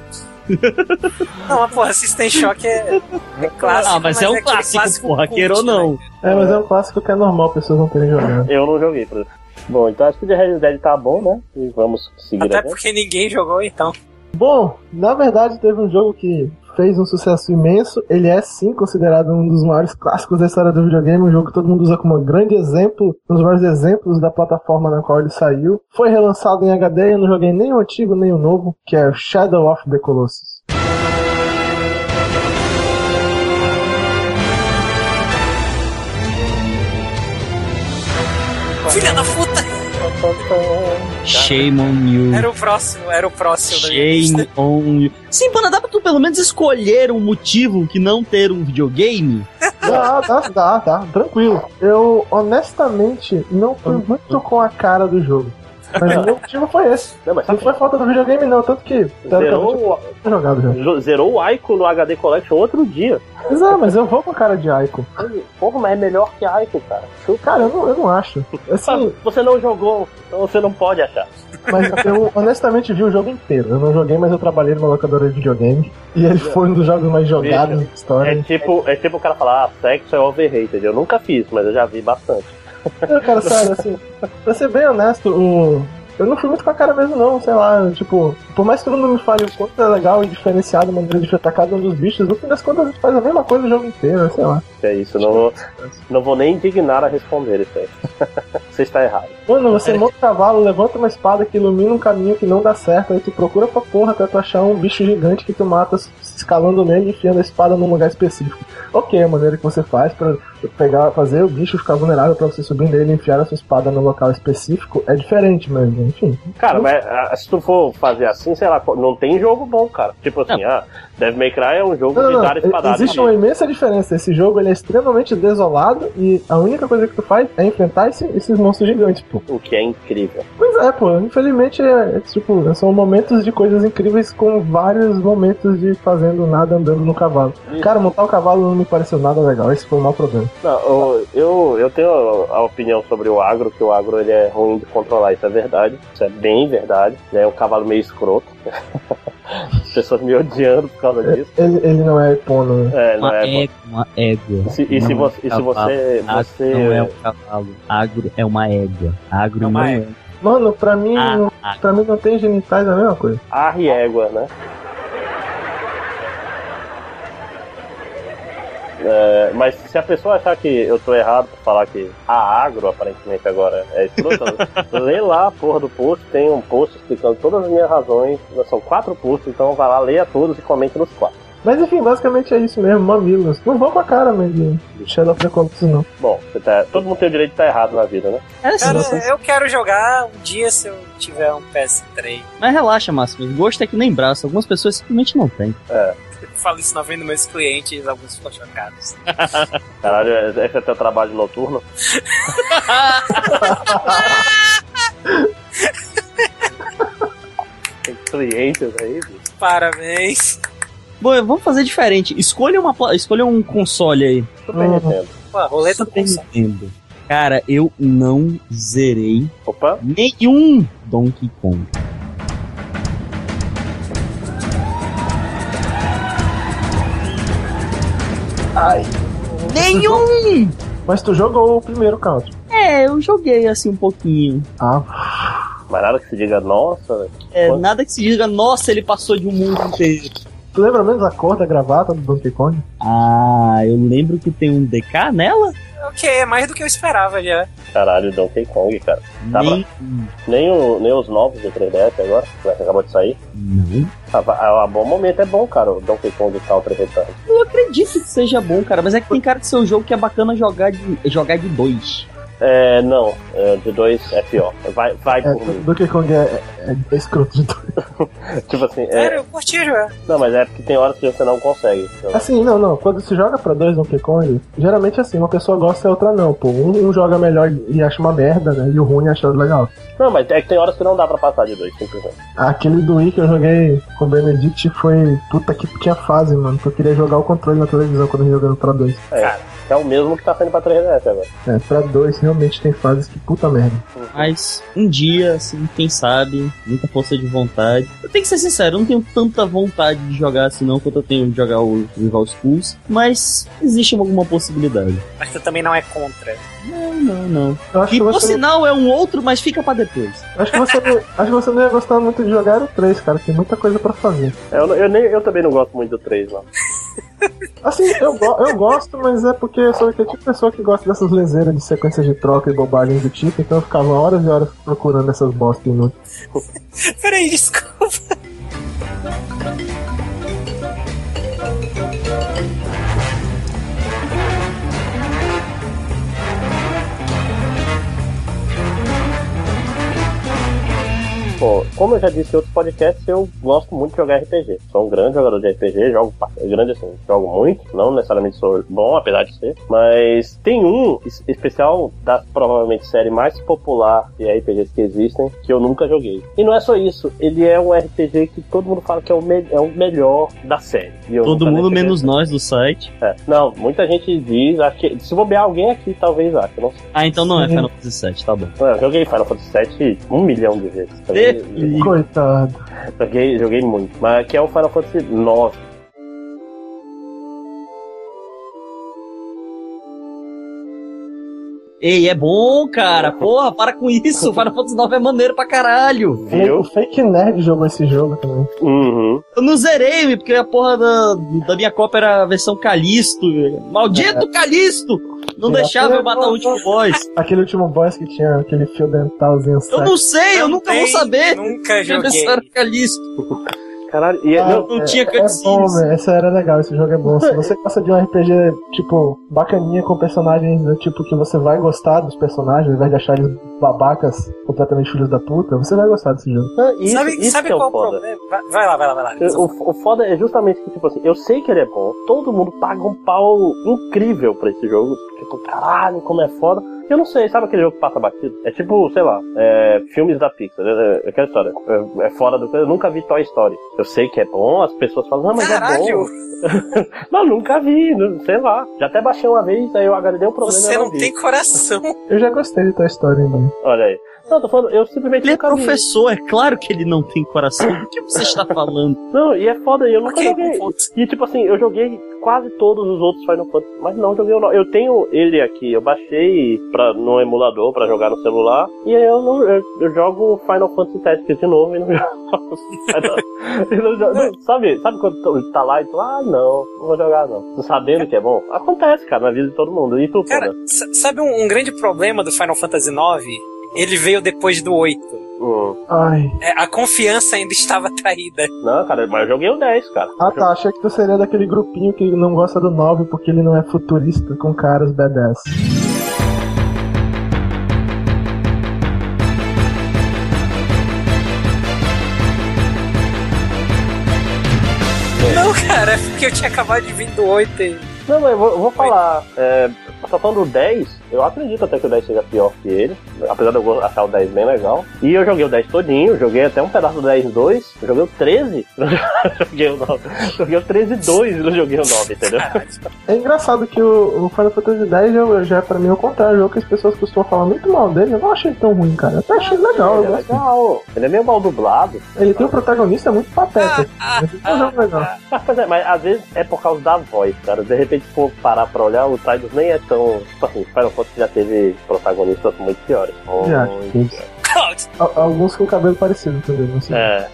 [SPEAKER 3] Não, mas porra, System Shock é, é clássico.
[SPEAKER 1] ah, mas, é um
[SPEAKER 3] aquele
[SPEAKER 1] clássico, porra,
[SPEAKER 3] cult,
[SPEAKER 1] queira ou não.
[SPEAKER 3] né?
[SPEAKER 4] É, mas é um clássico que é normal pessoas não terem jogado.
[SPEAKER 2] Eu não joguei, por exemplo. Bom, então acho que de Red Dead tá bom, né? E vamos seguir
[SPEAKER 3] Até
[SPEAKER 2] adiante.
[SPEAKER 3] porque ninguém jogou, então.
[SPEAKER 4] Bom, na verdade teve um jogo que fez um sucesso imenso. Ele é sim considerado um dos maiores clássicos da história do videogame, um jogo que todo mundo usa como um grande exemplo, um dos maiores exemplos da plataforma na qual ele saiu. Foi relançado em HD e eu não joguei nem o antigo nem o novo, que é o Shadow of the Colossus.
[SPEAKER 2] Tá,
[SPEAKER 3] Filha da puta!
[SPEAKER 1] Shame on you.
[SPEAKER 3] Tá. Era o próximo, era o próximo da minha lista.
[SPEAKER 1] Shame on you. Sim, Pana, dá pra tu pelo menos escolher um motivo que não ter um videogame?
[SPEAKER 4] Dá, Ah, dá, dá, dá, tranquilo. Eu honestamente não fui muito com a cara do jogo. Mas o meu motivo foi esse.
[SPEAKER 2] Não, mas tá
[SPEAKER 4] Não foi falta do videogame, não, tanto que. Teoricamente,
[SPEAKER 2] Zerou,
[SPEAKER 4] eu tinha jogado já.
[SPEAKER 2] jo- zerou o Aiko no HD Collection outro dia.
[SPEAKER 4] Mas é, mas eu vou com a cara de Aiko.
[SPEAKER 2] Porra, mas é melhor que Aiko, cara.
[SPEAKER 4] Cara, eu não, eu não acho.
[SPEAKER 2] Sabe,
[SPEAKER 4] Assim,
[SPEAKER 2] Você não jogou, então você não pode achar.
[SPEAKER 4] mas eu honestamente vi o jogo inteiro. Eu não joguei, mas eu trabalhei numa locadora de videogame. E ele foi um dos jogos mais jogados da
[SPEAKER 2] É
[SPEAKER 4] história.
[SPEAKER 2] tipo, é tipo o cara falar, ah, sexo é overrated. Eu nunca fiz, mas eu já vi bastante.
[SPEAKER 4] Eu, cara, sério, assim, pra ser bem honesto, o. Eu não fui muito com a cara mesmo, não, sei lá, tipo, por mais que todo mundo me fale o quanto é legal e diferenciado a maneira de enfrentar cada um dos bichos, no fim das contas a gente faz a mesma coisa o jogo inteiro, sei lá.
[SPEAKER 2] É isso, não, não vou nem indignar a responder isso aí. você está errado.
[SPEAKER 4] Mano, você monta o cavalo, levanta uma espada que ilumina um caminho que não dá certo, aí tu procura pra porra até tu achar um bicho gigante que tu mata se escalando nele e enfiando a espada num lugar específico. Ok, é a maneira que você faz pra pegar, fazer o bicho ficar vulnerável pra você subir nele e enfiar a sua espada num local específico é diferente, mas enfim.
[SPEAKER 2] Cara, mas ah, se tu for fazer assim, sei lá, não tem jogo bom, cara. Tipo assim, ah, Devil May Cry é um jogo
[SPEAKER 4] Não,
[SPEAKER 2] de
[SPEAKER 4] não,
[SPEAKER 2] dar
[SPEAKER 4] não.
[SPEAKER 2] espadada.
[SPEAKER 4] Existe uma imensa diferença. Esse jogo ele é extremamente desolado e a única coisa que tu faz é enfrentar esse- esses monstros gigantes, pô.
[SPEAKER 2] O que é incrível.
[SPEAKER 4] Pois é, pô, infelizmente é, é, tipo, são momentos de coisas incríveis com vários momentos de fazendo nada andando no cavalo. Cara, montar o cavalo não me pareceu nada legal, esse foi o maior problema.
[SPEAKER 2] Não, eu, eu, eu tenho a opinião sobre o agro, que o agro ele é ruim de controlar, isso é verdade. Isso é bem verdade. né? É um cavalo meio escroto. As pessoas me odiando por causa disso.
[SPEAKER 4] Ele, ele não é ipono, né?
[SPEAKER 2] É, não
[SPEAKER 1] Uma
[SPEAKER 2] é.
[SPEAKER 1] égua. Uma égua.
[SPEAKER 2] E se, e se
[SPEAKER 1] Não,
[SPEAKER 2] você. E se você,
[SPEAKER 1] Agro
[SPEAKER 2] você
[SPEAKER 1] não é um cavalo. Agro é uma égua. Agro
[SPEAKER 3] É
[SPEAKER 1] não
[SPEAKER 3] uma
[SPEAKER 1] é.
[SPEAKER 4] Mano, pra mim,
[SPEAKER 1] Ah,
[SPEAKER 4] não,
[SPEAKER 1] ah.
[SPEAKER 4] pra mim não tem genitais é a mesma coisa.
[SPEAKER 2] arre égua, né? É, mas se a pessoa achar que eu tô errado por falar que a agro, aparentemente, agora é escrota, lê lá a porra do post, tem um post explicando todas as minhas razões, são quatro posts, então vai lá, leia todos e comente nos quatro.
[SPEAKER 4] Mas enfim, basicamente é isso mesmo, mamilos. Não vou com a cara, man, de de Shadow of the Colossus, não.
[SPEAKER 2] Bom, você tá- todo mundo tem o direito de estar errado na vida, né?
[SPEAKER 1] É, sim,
[SPEAKER 3] Cara,
[SPEAKER 1] sim.
[SPEAKER 3] eu quero jogar um dia se eu tiver um PS3.
[SPEAKER 1] Mas relaxa, Máximo. Gosto é que nem braço. Algumas pessoas simplesmente não têm.
[SPEAKER 3] Eu falo isso na frente dos meus clientes, alguns ficam chocados.
[SPEAKER 2] Caralho, esse é teu trabalho noturno? Tem clientes aí, bicho.
[SPEAKER 3] Parabéns.
[SPEAKER 1] Bom, vamos fazer diferente. Escolha, uma, pla- escolha um console aí.
[SPEAKER 2] Super
[SPEAKER 4] Uhum.
[SPEAKER 2] Nintendo.
[SPEAKER 3] Pô, a roleta tá do
[SPEAKER 1] Super
[SPEAKER 3] console.
[SPEAKER 1] Nintendo. Cara, eu não zerei
[SPEAKER 2] Opa,
[SPEAKER 1] nenhum Donkey Kong.
[SPEAKER 4] Ai.
[SPEAKER 1] Nenhum!
[SPEAKER 4] Mas tu jogou o primeiro count.
[SPEAKER 1] É, eu joguei assim um pouquinho.
[SPEAKER 4] Ah,
[SPEAKER 2] mas nada que se diga, nossa, velho.
[SPEAKER 1] É,
[SPEAKER 2] Quando-
[SPEAKER 1] nada que se diga, nossa, ele passou de um mundo inteiro.
[SPEAKER 4] tu lembra menos a cor da gravata do Donkey Kong?
[SPEAKER 1] Ah, eu lembro que tem um DK nela?
[SPEAKER 3] Ok, é mais do que eu esperava já.
[SPEAKER 2] caralho, Donkey Kong, cara. Tá
[SPEAKER 1] Nem...
[SPEAKER 2] Nem, o- nem os novos do 3DS agora, né, que acabou de sair.
[SPEAKER 1] Não.
[SPEAKER 2] Ah, va- ah, bom momento, é bom, cara, o Donkey Kong Country Returns.
[SPEAKER 1] Eu acredito que seja bom, cara, mas é que tem cara de ser um jogo que é bacana jogar de, jogar de dois.
[SPEAKER 2] É, não, é, de dois é pior. Vai, vai
[SPEAKER 4] É,
[SPEAKER 2] por mim.
[SPEAKER 4] Donkey Kong é, é, é escroto de tudo.
[SPEAKER 2] Tipo assim,
[SPEAKER 3] Sério,
[SPEAKER 2] é,
[SPEAKER 3] eu curti jogar.
[SPEAKER 2] não, mas é porque tem horas que você não consegue.
[SPEAKER 4] Assim, não, não. Quando se joga pra dois Donkey Kong, geralmente assim, uma pessoa gosta e a outra não, pô. Um, um joga melhor e acha uma merda, né? E o ruim acha legal.
[SPEAKER 2] Não, mas é que tem horas que não dá pra passar de dois, simplesmente.
[SPEAKER 4] Aquele do Wii que eu joguei com o Benedict foi. Puta que tinha fase, mano. Que eu queria jogar o controle na televisão quando eu jogando pra dois.
[SPEAKER 2] É o mesmo que tá saindo pra 3DS agora.
[SPEAKER 4] É, pra dois realmente tem fases que puta merda.
[SPEAKER 1] Mas um dia, assim, quem sabe, muita força de vontade. Eu tenho que ser sincero, eu não tenho tanta vontade de jogar assim não quanto eu tenho de jogar o Rival Schools, mas existe alguma possibilidade.
[SPEAKER 3] Mas tu também não é contra.
[SPEAKER 1] Não, não, não.
[SPEAKER 4] Eu acho
[SPEAKER 1] E
[SPEAKER 4] que
[SPEAKER 1] por
[SPEAKER 4] você.
[SPEAKER 1] sinal é um outro, mas fica pra depois.
[SPEAKER 4] Acho que você, não- acho que você não ia gostar muito de jogar o 3, cara. Tem muita coisa pra fazer.
[SPEAKER 2] Eu, não- eu, nem, eu também não gosto muito do 3, não.
[SPEAKER 4] Assim, eu, go- eu gosto, mas é porque eu sou aquele tipo de pessoa que gosta dessas leseiras de sequências de troca e bobagens do tipo, então eu ficava horas e horas procurando essas bostas inúteis.
[SPEAKER 3] Peraí, desculpa.
[SPEAKER 2] Pô, como eu já disse em outros podcasts, eu gosto muito de jogar RPG. Sou um grande jogador de RPG, jogo pa- grande assim, jogo muito, não necessariamente sou bom, apesar de ser, mas tem um es- especial da provavelmente série mais popular de RPGs que existem que eu nunca joguei. E não é só isso, ele é um RPG que todo mundo fala que é o, me- é o melhor da série. E eu
[SPEAKER 1] Todo
[SPEAKER 2] nunca
[SPEAKER 1] mundo
[SPEAKER 2] nem cheguei-
[SPEAKER 1] menos nós do site.
[SPEAKER 2] É. Não, muita gente diz, acho que se bobear alguém aqui, talvez ache, não sei.
[SPEAKER 1] Ah, então não é
[SPEAKER 4] Uhum.
[SPEAKER 1] Final Fantasy VII, tá bom.
[SPEAKER 2] Eu joguei Final Fantasy VII um milhão de vezes.
[SPEAKER 1] Ih.
[SPEAKER 4] Coitado.
[SPEAKER 2] Joguei, joguei muito. Mas que é o Final Fantasy IX.
[SPEAKER 1] Ei, é bom, cara. Porra, para com isso. Final Fantasy IX é maneiro pra caralho.
[SPEAKER 2] Viu?
[SPEAKER 4] O fake nerd jogou esse jogo também.
[SPEAKER 2] Uhum.
[SPEAKER 1] Eu não zerei, porque a porra da, da minha copa era a versão Calisto. Maldito Calisto! Não
[SPEAKER 4] É.
[SPEAKER 1] deixava eu matar o último boss.
[SPEAKER 4] Aquele último boss que tinha aquele fio dentalzinho
[SPEAKER 1] Eu
[SPEAKER 4] saco.
[SPEAKER 1] não sei, eu nunca vou
[SPEAKER 3] Também
[SPEAKER 2] É,
[SPEAKER 1] saber.
[SPEAKER 3] Nunca
[SPEAKER 1] Porque a
[SPEAKER 3] joguei.
[SPEAKER 1] versão era Calisto.
[SPEAKER 2] Caralho, e
[SPEAKER 4] Ah,
[SPEAKER 2] não,
[SPEAKER 1] não tinha
[SPEAKER 4] é, é
[SPEAKER 1] cutscenes.
[SPEAKER 4] bom, velho. Essa era legal, esse jogo é bom. Se você gosta de um RPG, tipo, bacaninha com personagens do tipo que você vai gostar dos personagens, ao invés de achar eles babacas completamente filhos da puta, você vai gostar desse jogo.
[SPEAKER 2] isso,
[SPEAKER 3] sabe
[SPEAKER 2] isso
[SPEAKER 3] sabe
[SPEAKER 2] que é
[SPEAKER 3] qual
[SPEAKER 2] o
[SPEAKER 3] o
[SPEAKER 2] foda.
[SPEAKER 3] problema? Vai, vai lá, vai lá, vai lá.
[SPEAKER 2] O, o foda é justamente que, tipo assim, eu sei que ele é bom, todo mundo paga um pau incrível pra esse jogo. Tipo, caralho, como é foda. Eu não sei, sabe aquele jogo que passa batido? É tipo, sei lá, é, filmes da Pixar, é, é, aquela história. É, é fora do. Eu nunca vi Toy Story. Eu sei que é bom, as pessoas falam, não, mas é
[SPEAKER 3] Caralho,
[SPEAKER 2] bom. Mas nunca vi, não- sei lá. Já até baixei uma vez, aí eu agradei o um problema.
[SPEAKER 3] você
[SPEAKER 2] eu
[SPEAKER 3] não
[SPEAKER 2] vi.
[SPEAKER 3] tem coração.
[SPEAKER 4] Eu já gostei de Toy Story, né?
[SPEAKER 2] Olha aí. Não, tô falando, eu simplesmente
[SPEAKER 1] Ele é
[SPEAKER 2] nunca vi.
[SPEAKER 1] professor, é claro que ele não tem coração. Do que você está falando?
[SPEAKER 2] Não, e é foda, eu nunca
[SPEAKER 3] Ok,
[SPEAKER 2] joguei.
[SPEAKER 3] ponto.
[SPEAKER 2] E tipo assim, eu joguei quase todos os outros Final Fantasy, mas não joguei o não. Eu tenho ele aqui, eu baixei pra, no emulador pra jogar no celular, e aí eu não eu, eu jogo Final Fantasy Tactics de novo e não jogo. Eu não jogo- não, sabe, sabe quando tu tá lá e tu, ah não, não vou jogar não. Tu sabendo que é bom? Acontece, cara, na vida de todo mundo. E tu,
[SPEAKER 3] Cara,
[SPEAKER 2] cara.
[SPEAKER 3] sa- sabe um, um grande problema do Final Fantasy IX? Ele veio depois do 8.
[SPEAKER 2] Hum.
[SPEAKER 4] Ai.
[SPEAKER 3] É, a confiança ainda estava traída.
[SPEAKER 2] Não, cara, mas eu joguei o 10, cara.
[SPEAKER 4] Ah tá, achei que tu seria daquele grupinho que não gosta do 9 porque ele não é futurista com caras badass.
[SPEAKER 3] Não, cara, é porque eu tinha acabado de vir do 8 e
[SPEAKER 2] Não, mas eu vou, eu vou falar. É, só falando do 10, eu acredito até que o 10 seja pior que ele. Apesar de eu go- achar o 10 bem legal. E eu joguei o 10 todinho, joguei até um pedaço do 10 2, eu joguei o 13, joguei o 9. Joguei o 13 2 e não joguei o 9, entendeu?
[SPEAKER 4] É engraçado que o, o Final Fantasy X já, já é pra mim o contrário, é um jogo que as pessoas costumam falar muito mal dele. Eu não achei tão ruim, cara. Eu até achei legal, eu
[SPEAKER 2] Ele é
[SPEAKER 4] gosto.
[SPEAKER 2] legal. Ele é meio mal dublado.
[SPEAKER 4] Ele tem um protagonista muito
[SPEAKER 3] Ah,
[SPEAKER 4] pateta. Mas ele é um jogo legal.
[SPEAKER 2] Ah, pois é, mas às vezes é por causa da voz, cara. De repente, se for parar pra olhar, o Tidus nem é tão. Tipo assim, Final Fantasy já teve protagonistas muito piores.
[SPEAKER 4] Já,
[SPEAKER 2] Muito
[SPEAKER 3] Cloud.
[SPEAKER 4] Al- Alguns com cabelo parecido também, não sei.
[SPEAKER 2] É.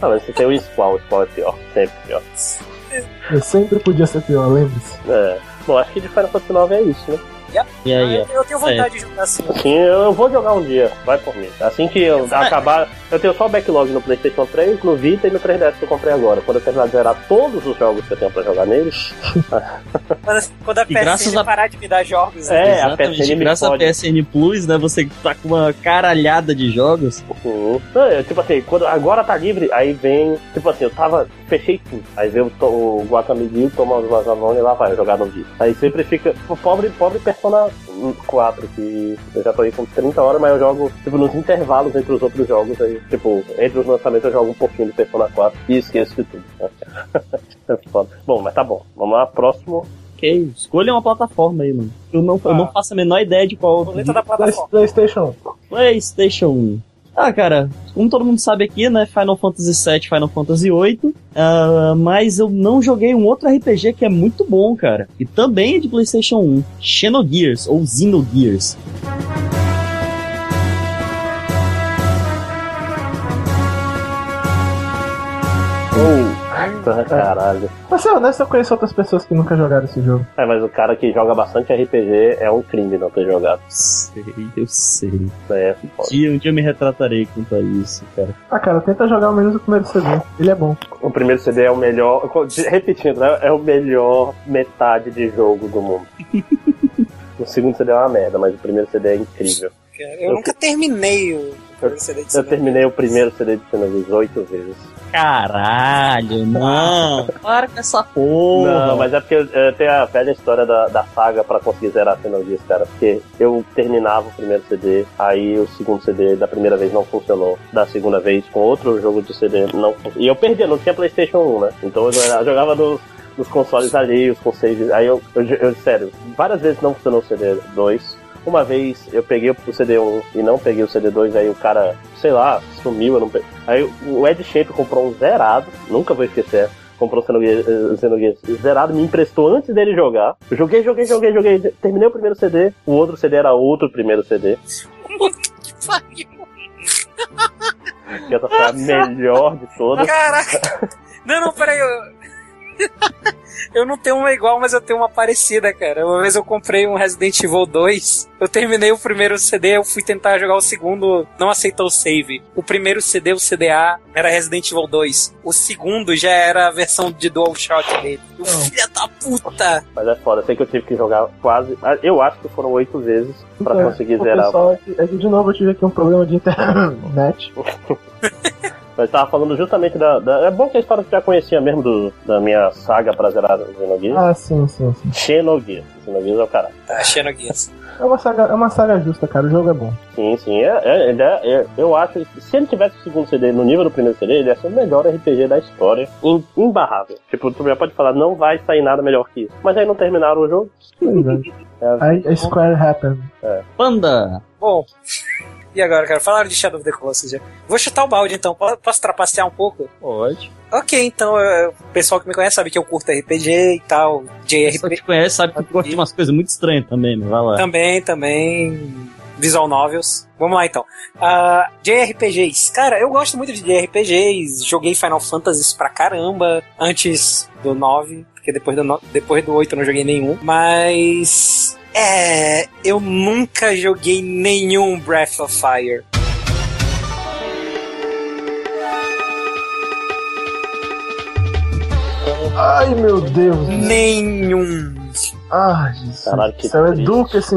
[SPEAKER 2] Ah, mas você tem o Squall, o Squall é pior, sempre pior.
[SPEAKER 4] Eu sempre podia ser pior, lembre-se.
[SPEAKER 2] É. Bom, acho que de Final Fantasy IX é isso, né?
[SPEAKER 1] E aí, ó.
[SPEAKER 3] Eu, eu tenho vontade de jogar assim.
[SPEAKER 2] Assim, eu vou jogar um dia, vai por mim. Assim que eu acabar. Eu tenho só o backlog no PlayStation 3, no Vita e no 3DS que eu comprei agora. Quando eu terminar de zerar todos os jogos que eu tenho pra jogar neles.
[SPEAKER 3] Quando, quando a
[SPEAKER 1] graças
[SPEAKER 3] PSN
[SPEAKER 1] a-
[SPEAKER 3] parar de me dar jogos. né?
[SPEAKER 2] É, a
[SPEAKER 1] Exatamente,
[SPEAKER 2] PSN me
[SPEAKER 1] graças à
[SPEAKER 2] fode.
[SPEAKER 1] PSN Plus, né? Você tá com uma caralhada de jogos.
[SPEAKER 2] Uhum. Não, é, tipo assim, quando agora tá livre, aí vem. Tipo assim, eu tava. Fechei tudo. Aí vem o, to- o Guacameguil, toma os Vazanone e lá vai jogar no Vita. Aí sempre fica. Tipo, pobre, pobre Persona 4, que eu já tô aí com 30 horas, mas eu jogo, tipo, nos intervalos entre os outros jogos. Aí, tipo, entre os lançamentos eu jogo um pouquinho de Persona 4 e esqueço de tudo. né? É foda. bom, mas tá bom. Vamos lá, próximo.
[SPEAKER 1] Ok, escolha uma plataforma aí, mano. Eu não, eu
[SPEAKER 3] Ah.
[SPEAKER 1] não faço a menor ideia de qual.
[SPEAKER 3] Boleta da
[SPEAKER 2] Tá
[SPEAKER 4] Play-
[SPEAKER 3] plataforma.
[SPEAKER 4] PlayStation. um.
[SPEAKER 1] PlayStation 1. Ah, cara, como todo mundo sabe aqui, né? Final Fantasy VII, Final Fantasy VIII. ah, mas eu não joguei um outro RPG que é muito bom, cara. E também é de PlayStation 1. Xenogears, ou Xenogears.
[SPEAKER 2] Oh, caralho.
[SPEAKER 4] Pra ser honesto, eu conheço outras pessoas que nunca jogaram esse jogo.
[SPEAKER 2] É, mas o cara que joga bastante RPG é um crime não ter jogado.
[SPEAKER 1] Sei, eu sei.
[SPEAKER 2] É, foda.
[SPEAKER 1] Um dia, um dia eu me retratarei quanto a isso, cara.
[SPEAKER 4] Ah, cara, tenta jogar ao menos o primeiro CD. Ele é bom.
[SPEAKER 2] O primeiro CD é o melhor. Repetindo, né? É o melhor metade de jogo do mundo. o segundo CD é uma merda, mas o primeiro CD é incrível.
[SPEAKER 3] cara. Eu, nunca terminei o primeiro CD
[SPEAKER 2] Eu
[SPEAKER 3] de cinema.
[SPEAKER 2] terminei o primeiro CD de Cinevis oito vezes.
[SPEAKER 1] Caralho, não. Para com essa porra.
[SPEAKER 2] Não, mas é porque eh, tem a velha história da, da saga pra conseguir zerar a Cinevis, cara. Porque eu terminava o primeiro CD, aí o segundo CD da primeira vez não funcionou. Da segunda vez, com outro jogo de CD, não funcionou. E eu perdia, não tinha Playstation 1, né? Então eu jogava- jogava nos, nos consoles alheios, com saves. Aí eu, eu, eu- sério, várias vezes não funcionou o CD 2. Uma vez eu peguei o CD1 e não peguei o CD2, aí o cara, sei lá, sumiu, eu não peguei. Aí o Ed Shape comprou um zerado, nunca vou esquecer. Comprou o Xenogears eh, Xenogears zerado, me emprestou antes dele jogar. Eu Joguei, joguei, joguei, joguei. Terminei o primeiro CD, o outro CD era outro primeiro CD.
[SPEAKER 3] Pariu,
[SPEAKER 2] Que essa foi a melhor de todas.
[SPEAKER 3] Caraca! Não, não, peraí. Eu... eu não tenho uma igual, mas eu tenho uma parecida, cara. Uma vez eu comprei um Resident Evil 2. Eu terminei o primeiro CD, eu fui tentar jogar o segundo, não aceitou o save. O primeiro CD, o CDA, era Resident Evil 2. O segundo já era a versão de dual shot dele. O filho da puta!
[SPEAKER 2] Mas é foda, sei que eu tive que jogar quase. ah, Eu acho que foram oito vezes pra
[SPEAKER 4] Então,
[SPEAKER 2] conseguir
[SPEAKER 4] o
[SPEAKER 2] zerar.
[SPEAKER 4] pessoal, é que, é que, de novo eu tive aqui um problema de internet.
[SPEAKER 2] Mas tava falando justamente da, da- É bom que a história que já conhecia mesmo do- da minha saga pra zerar o Xenogears.
[SPEAKER 4] Ah, sim, sim, sim.
[SPEAKER 2] Xenogears. Xenogears é o cara.
[SPEAKER 3] Tá achando guias.
[SPEAKER 4] É uma saga, é uma saga justa, cara. O jogo é bom.
[SPEAKER 2] Sim, sim. É, é- ele é- é- eu acho que se ele tivesse o segundo CD no nível do primeiro CD, ele ia ser o melhor RPG da história. In- Imbarrável. Tipo, tu já pode falar, não vai sair nada melhor que isso. Mas aí não terminaram o jogo.
[SPEAKER 4] Pois é. Aí a Square Happen.
[SPEAKER 1] Panda.
[SPEAKER 3] Bom. E agora, cara? Falaram de Shadow of the Colossus já. Vou chutar o balde então. Po- Posso trapacear um pouco?
[SPEAKER 1] Pode.
[SPEAKER 3] Ok, então eh, o pessoal que me conhece sabe que eu curto RPG e tal,
[SPEAKER 1] Quem
[SPEAKER 3] JRPG
[SPEAKER 1] te conhece sabe que tu gosta de umas coisas muito estranhas também, né? Vai lá.
[SPEAKER 3] também, também, visual novels. Vamos lá então. Ah, JRPGs. Cara, eu gosto muito de JRPGs, joguei Final Fantasy pra caramba antes do 9, porque depois do, no- depois do 8 eu não joguei nenhum, mas... É, eu nunca joguei nenhum Breath of Fire.
[SPEAKER 4] Ai, meu Deus.
[SPEAKER 3] Nenhum.
[SPEAKER 4] Ah, Jesus.
[SPEAKER 2] Caralho, que
[SPEAKER 4] Céu,
[SPEAKER 2] triste.
[SPEAKER 4] educa esse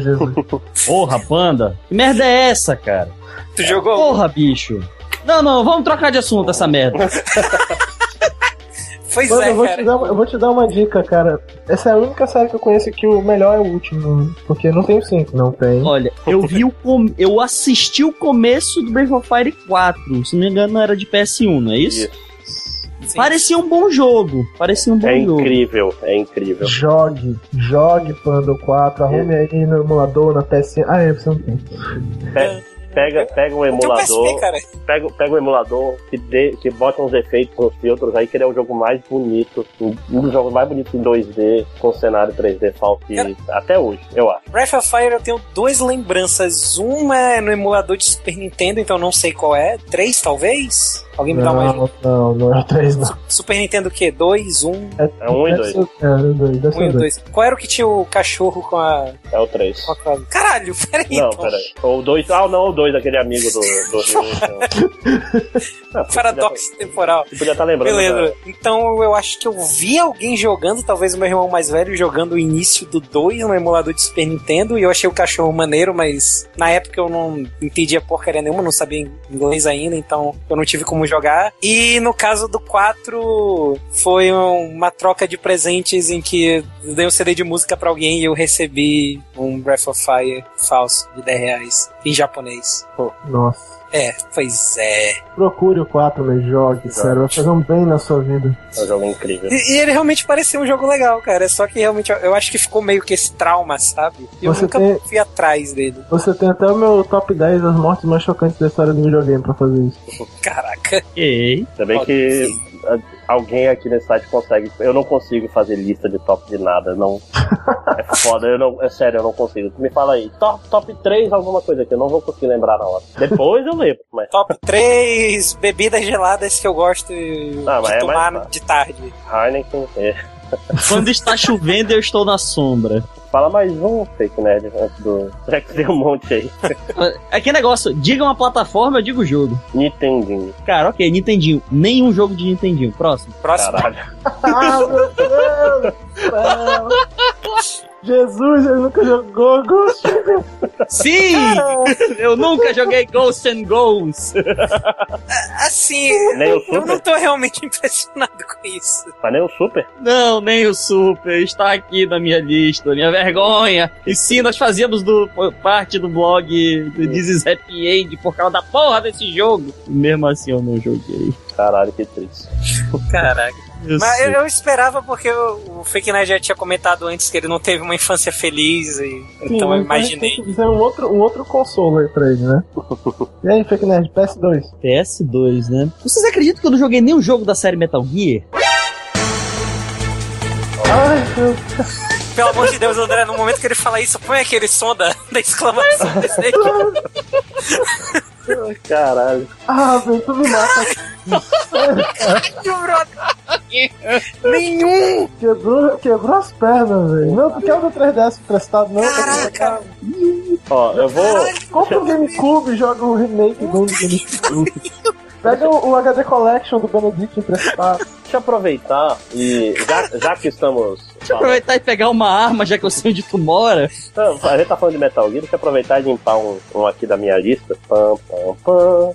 [SPEAKER 4] Jesus.
[SPEAKER 1] Porra, Panda. Que merda é essa, cara?
[SPEAKER 3] Tu jogou?
[SPEAKER 1] Porra, bicho. Não, não, vamos trocar de assunto essa merda.
[SPEAKER 3] Pois
[SPEAKER 4] Mano, eu,
[SPEAKER 3] é,
[SPEAKER 4] vou te
[SPEAKER 3] cara.
[SPEAKER 4] dar, uma- eu vou te dar uma dica, cara. Essa é a única série que eu conheço que o melhor é o último. Porque não tem o 5. Não tem.
[SPEAKER 1] Olha, eu vi o com... eu assisti o começo do Breath of Fire 4. Se não me engano, era de PS1, não é isso?
[SPEAKER 3] Sim.
[SPEAKER 1] Parecia um bom jogo. Parecia um bom
[SPEAKER 2] É
[SPEAKER 1] jogo.
[SPEAKER 2] incrível, é incrível.
[SPEAKER 4] Jogue, jogue Panda
[SPEAKER 2] É.
[SPEAKER 4] 4, arrume aí no emulador, na PS. Ah, é, você não tem.
[SPEAKER 2] Pega, pega um
[SPEAKER 3] Eu tenho PSP,
[SPEAKER 2] emulador,
[SPEAKER 3] cara.
[SPEAKER 2] pega, pega um emulador que, dê, que bota uns efeitos, uns filtros, aí que ele é o jogo mais bonito, um um dos jogos mais bonitos em 2D, com cenário 3D falso, que-
[SPEAKER 3] Cara.
[SPEAKER 2] até hoje, eu acho.
[SPEAKER 3] Breath of Fire eu tenho duas lembranças. Uma é no emulador de Super Nintendo, então eu não sei qual é. Três, talvez? Alguém me dá uma ajuda?
[SPEAKER 4] Não, não, não é o 3, não.
[SPEAKER 3] Super Nintendo o quê? Dois, um,
[SPEAKER 2] É um e
[SPEAKER 4] Deve
[SPEAKER 2] dois.
[SPEAKER 4] ser- É, um e dois, deve
[SPEAKER 3] um e
[SPEAKER 4] ser
[SPEAKER 3] o
[SPEAKER 4] dois.
[SPEAKER 3] dois. Qual era o que tinha o cachorro com a.
[SPEAKER 2] É o 3.
[SPEAKER 3] Com a... clave? Caralho, peraí.
[SPEAKER 2] Não,
[SPEAKER 3] então.
[SPEAKER 2] peraí. Ou dois. Ah, não, o dois, aquele amigo do. do Rio, então. Ah, você
[SPEAKER 3] Paradoxo temporal.
[SPEAKER 2] podia- Você podia estar lembrando.
[SPEAKER 3] Beleza.
[SPEAKER 2] né?
[SPEAKER 3] Então eu acho que eu vi alguém jogando, talvez o meu irmão mais velho, jogando o início do 2 no emulador de Super Nintendo. E eu achei o cachorro maneiro, mas na época eu não entendia porcaria nenhuma, não sabia inglês ainda, então eu não tive como jogar. E no caso do 4, foi uma troca de presentes em que eu dei um CD de música pra alguém e eu recebi um Breath of Fire falso de 10 reais em japonês.
[SPEAKER 4] Nossa.
[SPEAKER 3] É, pois é.
[SPEAKER 4] Procure o 4, meu jogue, sério. Vai fazer um bem na sua vida.
[SPEAKER 2] É um jogo incrível.
[SPEAKER 3] E, e ele realmente parecia um jogo legal, cara. Só que realmente eu, eu acho que ficou meio que esse trauma, sabe? E Eu
[SPEAKER 4] Você
[SPEAKER 3] nunca
[SPEAKER 4] tem-
[SPEAKER 3] fui atrás dele.
[SPEAKER 4] Você tem até o meu top 10 das mortes mais chocantes da história do videogame pra fazer isso.
[SPEAKER 3] Caraca.
[SPEAKER 1] Ok.
[SPEAKER 2] Ainda bem que ah, alguém aqui nesse site consegue. Eu não consigo fazer lista de top de nada. Não. É foda, eu não. É sério, eu não consigo. Tu Me fala aí, top, top 3 alguma coisa que eu não vou conseguir lembrar na hora. Depois eu lembro, mas.
[SPEAKER 3] Top 3 bebidas geladas que eu gosto de
[SPEAKER 2] Ah, mas é mais
[SPEAKER 3] tomar
[SPEAKER 2] fácil.
[SPEAKER 3] de tarde.
[SPEAKER 2] Heineken. é.
[SPEAKER 1] Quando está chovendo, eu estou na sombra.
[SPEAKER 2] Fala mais um fake nerd antes do. Já que tem um monte aí.
[SPEAKER 1] É que negócio, diga uma plataforma, eu digo o jogo.
[SPEAKER 2] Nintendinho.
[SPEAKER 1] Cara, ok, Nintendinho. Nenhum jogo de Nintendinho. Próximo.
[SPEAKER 3] Próximo.
[SPEAKER 2] Caralho.
[SPEAKER 4] Ah, meu Deus do céu. Jesus, ele nunca jogou Ghost.
[SPEAKER 1] Sim! Eu nunca joguei Ghosts and Goals.
[SPEAKER 3] Assim,
[SPEAKER 2] Nem o
[SPEAKER 3] eu não
[SPEAKER 2] Super?
[SPEAKER 3] tô realmente impressionado com isso.
[SPEAKER 2] Mas nem o Super?
[SPEAKER 1] Não, nem o Super está aqui na minha lista, minha vergonha. E sim, nós fazíamos do- parte do blog do This is Happy End por causa da porra desse jogo. E mesmo assim eu não joguei.
[SPEAKER 2] Caralho, que triste.
[SPEAKER 3] Caraca.
[SPEAKER 1] Eu
[SPEAKER 3] Mas eu,
[SPEAKER 1] sei.
[SPEAKER 3] eu esperava porque o, o Fake Nerd já tinha comentado antes que ele não teve uma infância feliz e então eu imaginei.
[SPEAKER 4] Fizeram um outro, um outro console aí pra ele, né? E aí, Fake Nerd, PS2.
[SPEAKER 1] PS2, né? Vocês acreditam que eu não joguei nenhum jogo da série Metal Gear?
[SPEAKER 4] Ai, meu
[SPEAKER 3] Pelo amor de Deus, André, no momento que ele fala isso, põe aquele som da, da exclamação desse daí.
[SPEAKER 2] Caralho.
[SPEAKER 4] Ah, velho, tu me mata.
[SPEAKER 3] Nenhum!
[SPEAKER 4] Quebrou, quebrou as pernas, velho. Não, tu quer o do 3DS emprestado, não?
[SPEAKER 3] Caraca!
[SPEAKER 2] Ó, eu vou.
[SPEAKER 4] Compra é o GameCube e joga o remake do GameCube. Pega o, o HD Collection do Benedict emprestado.
[SPEAKER 2] Deixa eu aproveitar e. Já, já que estamos.
[SPEAKER 1] Deixa eu aproveitar e pegar uma arma, já que eu sei onde tu mora.
[SPEAKER 2] Então, A gente tá falando de Metal Gear, deixa eu aproveitar e limpar um, um aqui da minha lista. Pam, pam, pam.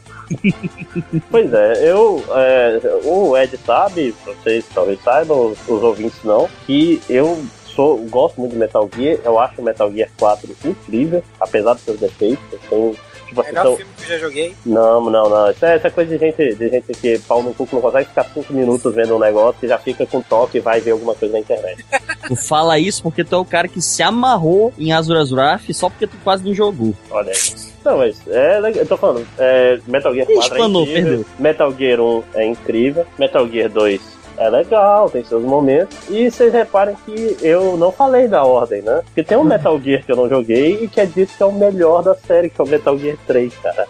[SPEAKER 2] pois é, eu. é, o Ed sabe, vocês talvez saibam, os ouvintes não, que eu sou, gosto muito de Metal Gear, eu acho o Metal Gear 4 incrível, apesar dos seus defeitos. Eu tenho, tipo assim,
[SPEAKER 3] Melhor
[SPEAKER 2] são-
[SPEAKER 3] filme que eu já joguei.
[SPEAKER 2] não, não, não. Isso é, isso é coisa de gente, de gente que pau no cu que não consegue ficar cinco minutos vendo um negócio e já fica com toque e vai ver alguma coisa na internet.
[SPEAKER 1] Tu fala isso porque tu é o cara que se amarrou em Azura Azuraf só porque tu quase não jogou.
[SPEAKER 2] Olha aí. Não, mas é legal. Eu tô falando, é, Metal Gear 4
[SPEAKER 1] Explanou,
[SPEAKER 2] é incrível.
[SPEAKER 1] perdeu.
[SPEAKER 2] Metal Gear 1 é incrível. Metal Gear 2 é legal, tem seus momentos. E vocês reparem que eu não falei da ordem, né? Porque tem um Metal Gear que eu não joguei e que é dito que é o melhor da série, que é o Metal Gear 3, cara.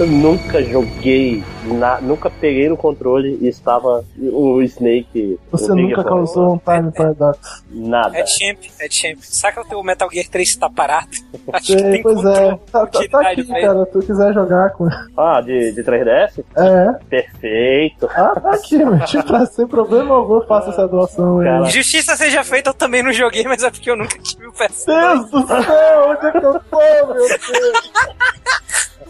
[SPEAKER 2] Eu nunca joguei, na- nunca peguei no controle e estava o Snake.
[SPEAKER 4] Você
[SPEAKER 2] o Big
[SPEAKER 4] nunca
[SPEAKER 2] Boy.
[SPEAKER 4] causou um time paradox.
[SPEAKER 2] Nada.
[SPEAKER 3] É champ, é champ. Saca o Metal Gear 3 tá parado? Acho que
[SPEAKER 4] Sei,
[SPEAKER 3] tem
[SPEAKER 4] pois é.
[SPEAKER 3] controle,
[SPEAKER 4] Tá, tá- tá
[SPEAKER 3] utilidade
[SPEAKER 4] aqui,
[SPEAKER 2] né?
[SPEAKER 3] pra ele.
[SPEAKER 4] cara. Tu quiser jogar com.
[SPEAKER 2] Ah, de, de 3DS?
[SPEAKER 4] É.
[SPEAKER 2] Perfeito.
[SPEAKER 4] Ah, tá aqui, meu. Te traz sem problema algum, eu faço essa doação aí.
[SPEAKER 2] Cara.
[SPEAKER 3] Justiça seja feita, eu também não joguei, mas é porque eu nunca tive o ps
[SPEAKER 4] Deus do céu, onde é que eu tô, meu Deus?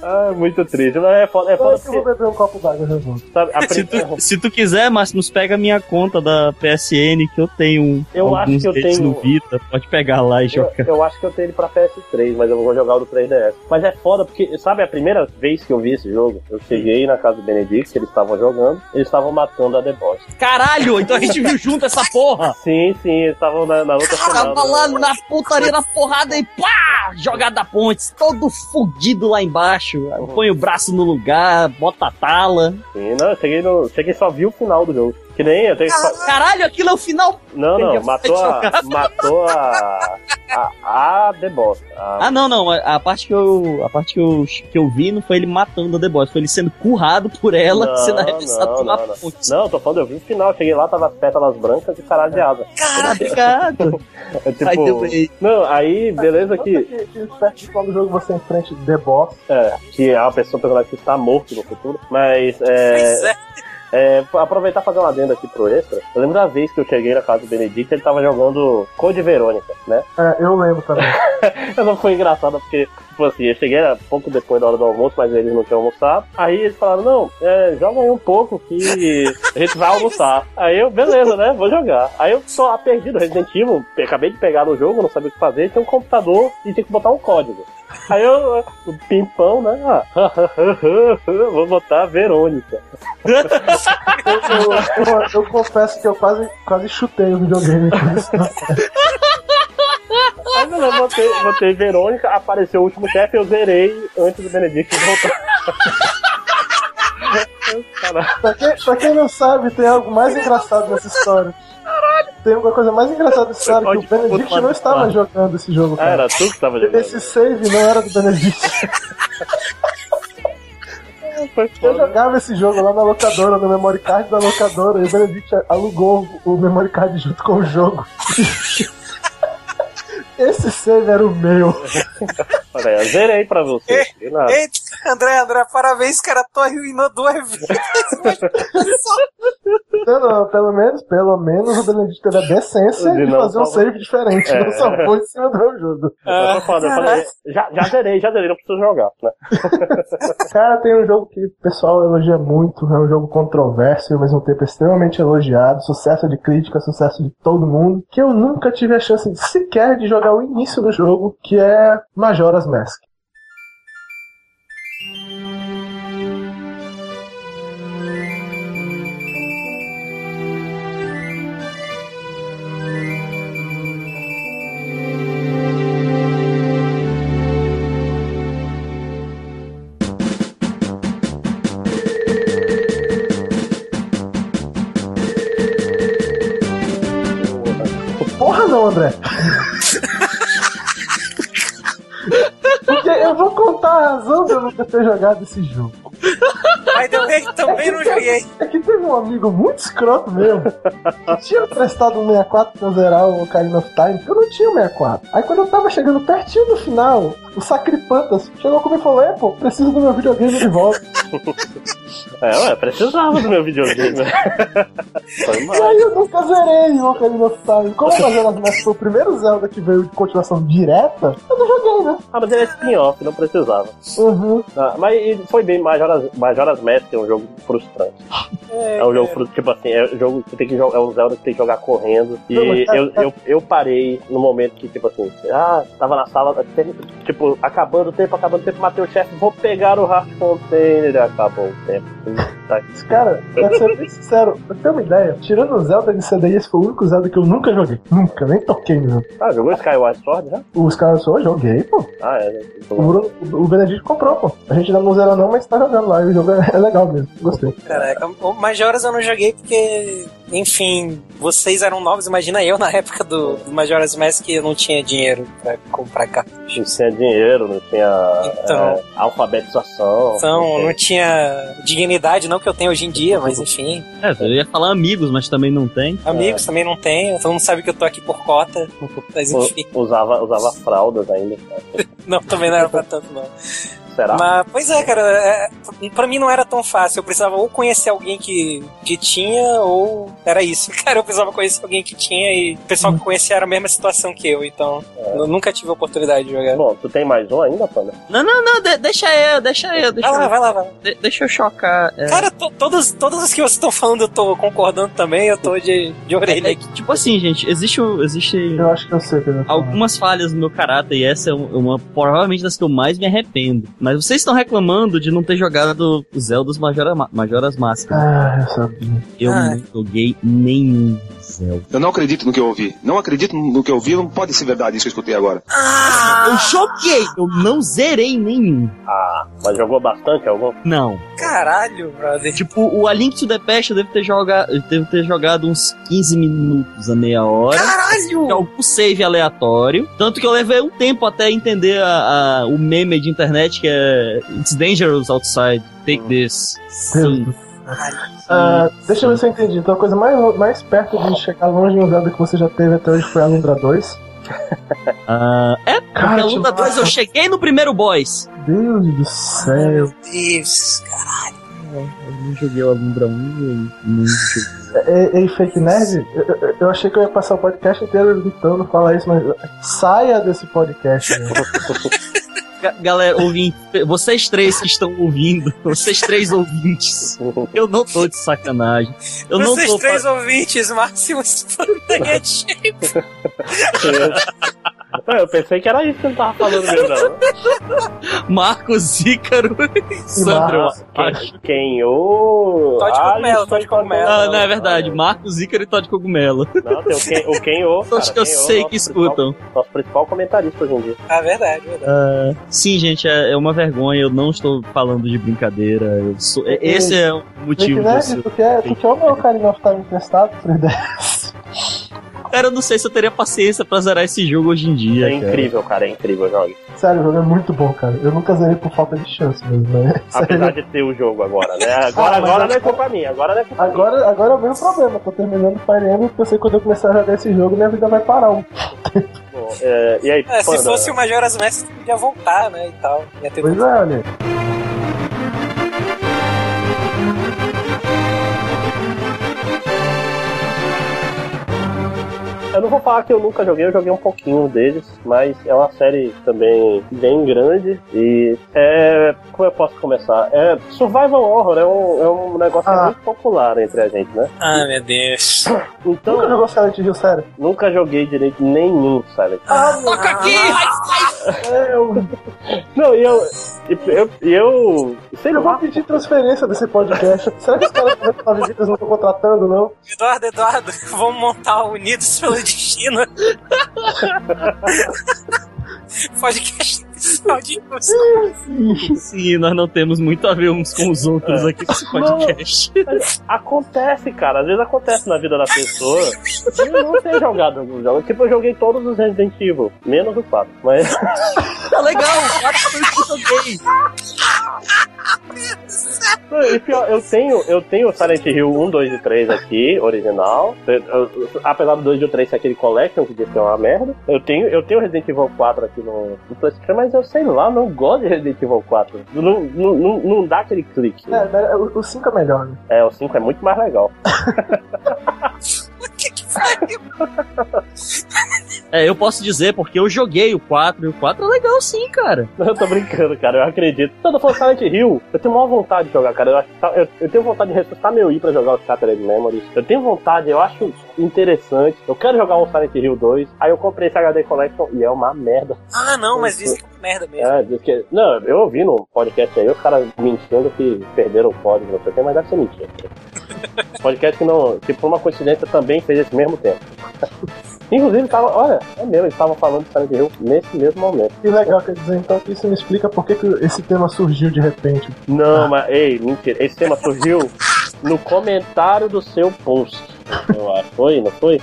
[SPEAKER 2] Ah, muito triste. Não, é foda, é foda
[SPEAKER 4] Agora que eu vou
[SPEAKER 2] porque,
[SPEAKER 4] beber um copo d'água, já volto.
[SPEAKER 2] sabe, a
[SPEAKER 1] Se
[SPEAKER 2] prin-
[SPEAKER 1] tu, se tu quiser, Máximos, pega a minha conta da PSN, que eu tenho um,
[SPEAKER 2] Eu acho
[SPEAKER 1] alguns
[SPEAKER 2] que eu
[SPEAKER 1] deles
[SPEAKER 2] tenho-
[SPEAKER 1] no Vita. Pode pegar lá e jogar.
[SPEAKER 2] eu, eu acho que eu tenho ele pra PS3, mas eu vou jogar o do 3DS. Mas é foda porque, sabe, a primeira vez que eu vi esse jogo, eu cheguei na casa do Benedict, eles estavam jogando, eles estavam matando a The Boss.
[SPEAKER 1] Caralho, então a gente viu junto essa porra!
[SPEAKER 2] Sim, sim, eles estavam na, né? na outra
[SPEAKER 1] Tava lá
[SPEAKER 2] semana.
[SPEAKER 1] na putaria, na porrada e pá! Jogada pontes, todo fudido lá embaixo. Põe o braço no lugar, bota a tala.
[SPEAKER 2] Sim, não, eu cheguei, no, cheguei só vi o final do jogo. Que nem eu tenho que fa-
[SPEAKER 1] Caralho, aquilo é o final.
[SPEAKER 2] Não,
[SPEAKER 1] Tem
[SPEAKER 2] não,
[SPEAKER 1] que
[SPEAKER 2] matou a. Matou a. A, a The Boss. A-
[SPEAKER 1] Ah, não, não. A, a parte, que eu, a parte que, eu, que eu vi não foi ele matando a The Boss, foi ele sendo currado por ela,
[SPEAKER 2] Não,
[SPEAKER 1] sendo arremessado
[SPEAKER 2] não,
[SPEAKER 1] pela
[SPEAKER 2] não, não.
[SPEAKER 1] ponte.
[SPEAKER 2] Não, tô falando, eu vi o final, cheguei lá, tava as pétalas brancas e caralho de asa.
[SPEAKER 1] Caralho, obrigado.
[SPEAKER 2] É
[SPEAKER 1] Ai, Tá deu
[SPEAKER 2] tipo.
[SPEAKER 1] bem.
[SPEAKER 2] Não, aí, beleza
[SPEAKER 4] Nossa,
[SPEAKER 2] que.
[SPEAKER 4] que, que certo quando o jogo você enfrente The Boss.
[SPEAKER 2] É, que é uma pessoa, um personagem que está morto no futuro, mas.
[SPEAKER 3] Pois
[SPEAKER 2] É,
[SPEAKER 3] é.
[SPEAKER 2] é, aproveitar e fazer uma adenda aqui pro extra. Eu lembro da vez que eu cheguei na casa do Benedicto, ele tava jogando Code Verônica, né?
[SPEAKER 4] É, eu lembro também.
[SPEAKER 2] Mas não foi engraçado porque, tipo assim, eu cheguei era pouco depois da hora do almoço, mas eles não tinham almoçado. Aí eles falaram, não, é, joga aí um pouco que a gente vai almoçar. Aí eu, beleza, né? Vou jogar. Aí eu tô lá perdido, Resident Evil, pe- acabei de pegar no jogo, não sabia o que fazer, tinha um computador e tinha que botar um código. Aí eu, eh, o pimpão, né? Ah, vou botar Verônica.
[SPEAKER 4] Eu, eu- eu- eu confesso que eu quase, quase chutei o videogame com isso.
[SPEAKER 2] Aí eu botei, botei Verônica, apareceu o último chefe, eu zerei antes do Benedicto voltar. Caralho.
[SPEAKER 4] Pra quem, pra quem não sabe, tem algo mais engraçado nessa história. Tem uma coisa mais engraçada nessa história que o Benedict não estava jogando esse jogo,
[SPEAKER 2] Ah,
[SPEAKER 4] cara.
[SPEAKER 2] era tu que tava jogando.
[SPEAKER 4] Esse save não era do Benedict.
[SPEAKER 2] Foi
[SPEAKER 4] Eu
[SPEAKER 2] foda.
[SPEAKER 4] jogava esse jogo lá na locadora, no memory card da locadora, e o Benedict alugou o memory card junto com o jogo. Esse save era o meu.
[SPEAKER 2] Olha aí, eu zerei pra
[SPEAKER 4] É.
[SPEAKER 2] você. E nada.
[SPEAKER 3] Eita, André, André, parabéns, cara. Tu arruinou duas vezes. mas só-
[SPEAKER 4] Não, não, pelo menos, pelo menos o Benedito teve a decência
[SPEAKER 2] De
[SPEAKER 4] de,
[SPEAKER 2] não
[SPEAKER 4] fazer um
[SPEAKER 2] salvar.
[SPEAKER 4] save diferente.
[SPEAKER 2] É.
[SPEAKER 4] Não salvou em cima do meu jogo.
[SPEAKER 2] Eu tô falando, eu falei, já, já zerei, já zerei, não preciso jogar, né?
[SPEAKER 4] Cara, tem um jogo que o pessoal elogia muito, é um jogo controverso e ao mesmo tempo extremamente elogiado, sucesso de crítica, sucesso de todo mundo, que eu nunca tive a chance de- sequer de jogar o início do jogo, que é Majora's Mask. Porra não, André! Porque eu vou contar a razão de eu nunca ter jogado esse jogo.
[SPEAKER 3] Mas também, também não joguei.
[SPEAKER 4] É que teve um amigo muito escroto meu que tinha prestado um 64 pra eu zerar o Ocarina of Time, que eu não tinha um o 64. Aí quando eu tava chegando pertinho do final, o Sacripantas chegou comigo e falou: É, pô, preciso do meu videogame de volta.
[SPEAKER 2] É, ué, precisava do meu videogame. Foi
[SPEAKER 4] e
[SPEAKER 2] mal.
[SPEAKER 4] aí eu nunca zerei o Ocarina of Time. Como o Majora's Mask foi o primeiro Zelda que veio de continuação direta, eu não joguei, né?
[SPEAKER 2] Ah, mas ele é spin-off, não precisava.
[SPEAKER 4] Uhum.
[SPEAKER 2] Ah, mas ele foi bem, Majora's, Majora's Mask é um jogo frustrante. É um jogo frustrante, tipo assim, é um jogo que você tem que jogar, é um Zelda que tem que jogar correndo. E
[SPEAKER 4] Não, mas tá-
[SPEAKER 2] eu, eu, eu parei no momento que, tipo assim, ah, tava na sala, tipo, acabando o tempo, acabando o tempo, matei o chefe, vou pegar o Hard Container, acabou o tempo. Tá aqui.
[SPEAKER 4] Cara, pra ser bem sincero, pra ter uma ideia, tirando o Zelda de CD, esse foi o único Zelda que eu nunca joguei. Nunca, nem toquei no jogo.
[SPEAKER 2] Ah, jogou Skyward Sword já?
[SPEAKER 4] Os caras só joguei, pô.
[SPEAKER 2] Ah, é.
[SPEAKER 4] O, Bruno, o Benedito comprou, pô. A gente não zera não, mas tá jogando lá. E o jogo é, é legal mesmo. Gostei.
[SPEAKER 3] Caraca, o Majoras eu não joguei porque, enfim, vocês eram novos, imagina eu na época do, do Majoras Mask eu não tinha dinheiro pra comprar
[SPEAKER 2] Não
[SPEAKER 3] cartuchos.
[SPEAKER 2] tinha dinheiro, não tinha
[SPEAKER 3] Então.
[SPEAKER 2] é, alfabetização.
[SPEAKER 3] Então,
[SPEAKER 2] não
[SPEAKER 3] não tinha dignidade, não que eu tenho hoje em dia, mas enfim.
[SPEAKER 1] É, eu ia falar amigos, mas também não tem.
[SPEAKER 3] Amigos também não tenho, todo mundo sabe que eu tô aqui por cota, mas enfim.
[SPEAKER 2] tinha. Usava, usava fraldas ainda.
[SPEAKER 3] Não, também não era pra tanto, não.
[SPEAKER 2] Será?
[SPEAKER 3] Mas, pois é, cara, é, pra mim não era tão fácil. Eu precisava ou conhecer alguém que, que tinha, ou era isso. Cara, eu precisava conhecer alguém que tinha e o pessoal que conhecia era a mesma situação que eu, então eu nunca tive a oportunidade de jogar.
[SPEAKER 2] Bom, tu tem mais um ainda, Panda?
[SPEAKER 1] Não, não, não, de- deixa eu, deixa eu, deixa
[SPEAKER 3] Vai lá,
[SPEAKER 1] eu,
[SPEAKER 3] vai lá, vai lá.
[SPEAKER 1] de- deixa eu chocar. É,
[SPEAKER 3] Cara, to, todos, todos os que vocês estão falando eu tô concordando também, eu tô de, de orelha
[SPEAKER 1] é
[SPEAKER 3] aqui.
[SPEAKER 1] que, tipo assim, gente, existe, o- existe
[SPEAKER 4] Eu acho que eu sei o que eu vou falar.
[SPEAKER 1] algumas falhas no meu caráter e essa é uma provavelmente das que eu mais me arrependo. Mas vocês estão reclamando de não ter jogado Zelda Majora, Majora's Mask.
[SPEAKER 4] Ah, eu sabia.
[SPEAKER 1] Eu
[SPEAKER 3] Ah.
[SPEAKER 1] não joguei nenhum Zelda.
[SPEAKER 7] Eu não acredito no que eu ouvi. Não acredito no que eu ouvi, não pode ser verdade isso que eu escutei agora.
[SPEAKER 1] Eu joguei, eu não zerei nenhum.
[SPEAKER 2] Ah, mas jogou bastante algum?
[SPEAKER 1] Não.
[SPEAKER 3] Caralho, brother.
[SPEAKER 1] Tipo, o A Link to the Past eu devo ter, joga... eu devo ter jogado uns 15 minutos a meia hora.
[SPEAKER 3] Caralho!
[SPEAKER 1] Tinha algum save aleatório. Tanto que eu levei um tempo até entender a- a- o meme de internet que é It's dangerous outside, take this. Sim.
[SPEAKER 4] Ah, deixa eu ver se eu entendi. Então a coisa mais, mais perto de chegar longe em um Zelda que você já teve até hoje foi a Alundra 2.
[SPEAKER 1] Ah, é, porque
[SPEAKER 4] Cara,
[SPEAKER 1] a luta
[SPEAKER 4] demais.
[SPEAKER 1] 2 eu cheguei no primeiro boss.
[SPEAKER 4] Deus do céu.
[SPEAKER 3] Deus, cara.
[SPEAKER 1] Eu não joguei o Alundra 1, não joguei.
[SPEAKER 4] Ei, ei, É, fake nerd, eu, eu- eu achei que eu ia passar o podcast inteiro gritando falar isso, mas saia desse podcast. meu.
[SPEAKER 1] Galera, ouvinte, vocês três que estão ouvindo, vocês três ouvintes, eu não tô de sacanagem. Eu não
[SPEAKER 3] vocês
[SPEAKER 1] tô
[SPEAKER 3] três ouvintes, máximos Pantaguete.
[SPEAKER 2] Não, eu pensei que era isso que ele tava falando mesmo. não.
[SPEAKER 1] Marcos Ícaro e Sandro. eu
[SPEAKER 4] Marcos.
[SPEAKER 1] acho.
[SPEAKER 2] Ah, Quem- Quem o.
[SPEAKER 3] Todd Cogumelo,
[SPEAKER 2] Alisson
[SPEAKER 3] Todd Cogumelo.
[SPEAKER 1] Ah,
[SPEAKER 2] Cogumelo.
[SPEAKER 1] não, é verdade. Marcos Ícaro e Todd Cogumelo.
[SPEAKER 2] Não, tem o Ken, o Ken O. cara,
[SPEAKER 1] Acho que eu
[SPEAKER 2] Ken O,
[SPEAKER 1] sei
[SPEAKER 2] nosso
[SPEAKER 1] que
[SPEAKER 2] principal-
[SPEAKER 1] escutam.
[SPEAKER 2] Nosso principal comentarista hoje em dia.
[SPEAKER 3] Ah, verdade, verdade.
[SPEAKER 1] Sim, gente, é é uma vergonha. Eu não estou falando de brincadeira. eu sou- é- Esse é o
[SPEAKER 4] Fake
[SPEAKER 1] motivo
[SPEAKER 4] nerd,
[SPEAKER 1] disso.
[SPEAKER 4] tu quer, tu quer é o meu Ocarina of Time emprestado, 3DS?
[SPEAKER 1] Cara, eu não sei se eu teria paciência pra zerar esse jogo hoje em dia.
[SPEAKER 2] É
[SPEAKER 1] cara.
[SPEAKER 2] incrível, cara, é incrível, jogue.
[SPEAKER 4] Sério, o jogo é muito bom, cara. Eu nunca zerei por falta de chance mesmo, né?
[SPEAKER 2] Apesar de ter o jogo agora, né? Agora,
[SPEAKER 4] Ah, mas
[SPEAKER 2] agora
[SPEAKER 4] eu-
[SPEAKER 2] não é culpa minha, agora não é culpa
[SPEAKER 4] Agora, agora é o mesmo problema, tô terminando o Fire Emblem, porque eu sei que quando eu começar a jogar esse jogo, minha vida vai parar um
[SPEAKER 2] Bom, é, e aí,
[SPEAKER 3] É, se
[SPEAKER 2] Panda?
[SPEAKER 3] fosse o Majora's Mask, podia voltar, né? E tal. Ia ter
[SPEAKER 4] Pois é, olha. aí.
[SPEAKER 2] Eu não vou falar que eu nunca joguei, eu joguei um pouquinho deles, mas é uma série também bem grande e é. Como eu posso começar? É, Survival Horror é um, é um negócio que é
[SPEAKER 4] Ah.
[SPEAKER 2] muito popular entre a gente, né?
[SPEAKER 3] Ah, meu Deus.
[SPEAKER 4] Nunca
[SPEAKER 2] Então,
[SPEAKER 4] jogou Silent Hill, sério.
[SPEAKER 2] nunca joguei direito nenhum, sabe?
[SPEAKER 3] Ah, Toca aqui!
[SPEAKER 4] É, eu,
[SPEAKER 2] Não, e eu. E eu, e eu sei
[SPEAKER 4] eu vou
[SPEAKER 2] lá.
[SPEAKER 4] pedir transferência desse podcast. Será que os caras que vão fazer visitas não estão contratando, não?
[SPEAKER 3] Eduardo, Eduardo, vamos montar o Unidos pelo Destino. Podcast especial de impulsão.
[SPEAKER 1] Sim, nós não temos muito a ver uns com os
[SPEAKER 2] É.
[SPEAKER 1] outros aqui nesse podcast.
[SPEAKER 2] Acontece, cara. Às vezes acontece na vida da pessoa. E Eu não tenho jogado alguns jogos. Tipo, eu joguei todos os Resident Evil, menos o 4. Mas.
[SPEAKER 1] Tá legal, cara, foi isso também.
[SPEAKER 2] Não, E pior, eu tenho, eu tenho o Silent Hill 1, 2 e 3 aqui, original. Eu- eu- apesar do 2 e o 3 ser aquele collection, que deve ser uma merda. Eu tenho, eu tenho Resident Evil 4 aqui no, no PlayStation, mas eu sei lá, não gosto de Resident Evil 4. Não, não, não, não dá aquele clique.
[SPEAKER 4] É, né, o o 5 é melhor, né?
[SPEAKER 2] É, o 5 é muito mais legal.
[SPEAKER 1] É, eu posso dizer, porque eu joguei o 4, e o 4 é legal sim, cara.
[SPEAKER 2] Eu tô brincando, cara, eu acredito. Quando eu for Silent Hill, eu tenho maior vontade de jogar, cara. Eu, acho, tá, eu, eu tenho vontade de ressuscitar meu i pra jogar os Shattered Memories. Eu tenho vontade, eu acho interessante. Eu quero jogar um Silent Hill 2. Aí eu comprei esse HD Collection e é uma merda.
[SPEAKER 3] Ah, não, mas dizem que é uma merda mesmo.
[SPEAKER 2] É, diz que. Não, eu ouvi no podcast aí os caras mentindo que perderam o código, não sei o que, mas deve ser mentira. podcast que não. que por uma coincidência também fez esse mesmo tempo. Inclusive, tava, olha, é mesmo, eles estavam falando de Silent Hill nesse mesmo momento.
[SPEAKER 4] Que legal, quer dizer, então, que isso me explica por que, que esse tema surgiu de repente.
[SPEAKER 2] Não, mas, ei, mentira, esse tema surgiu no comentário do seu post. Eu acho. Foi, não foi?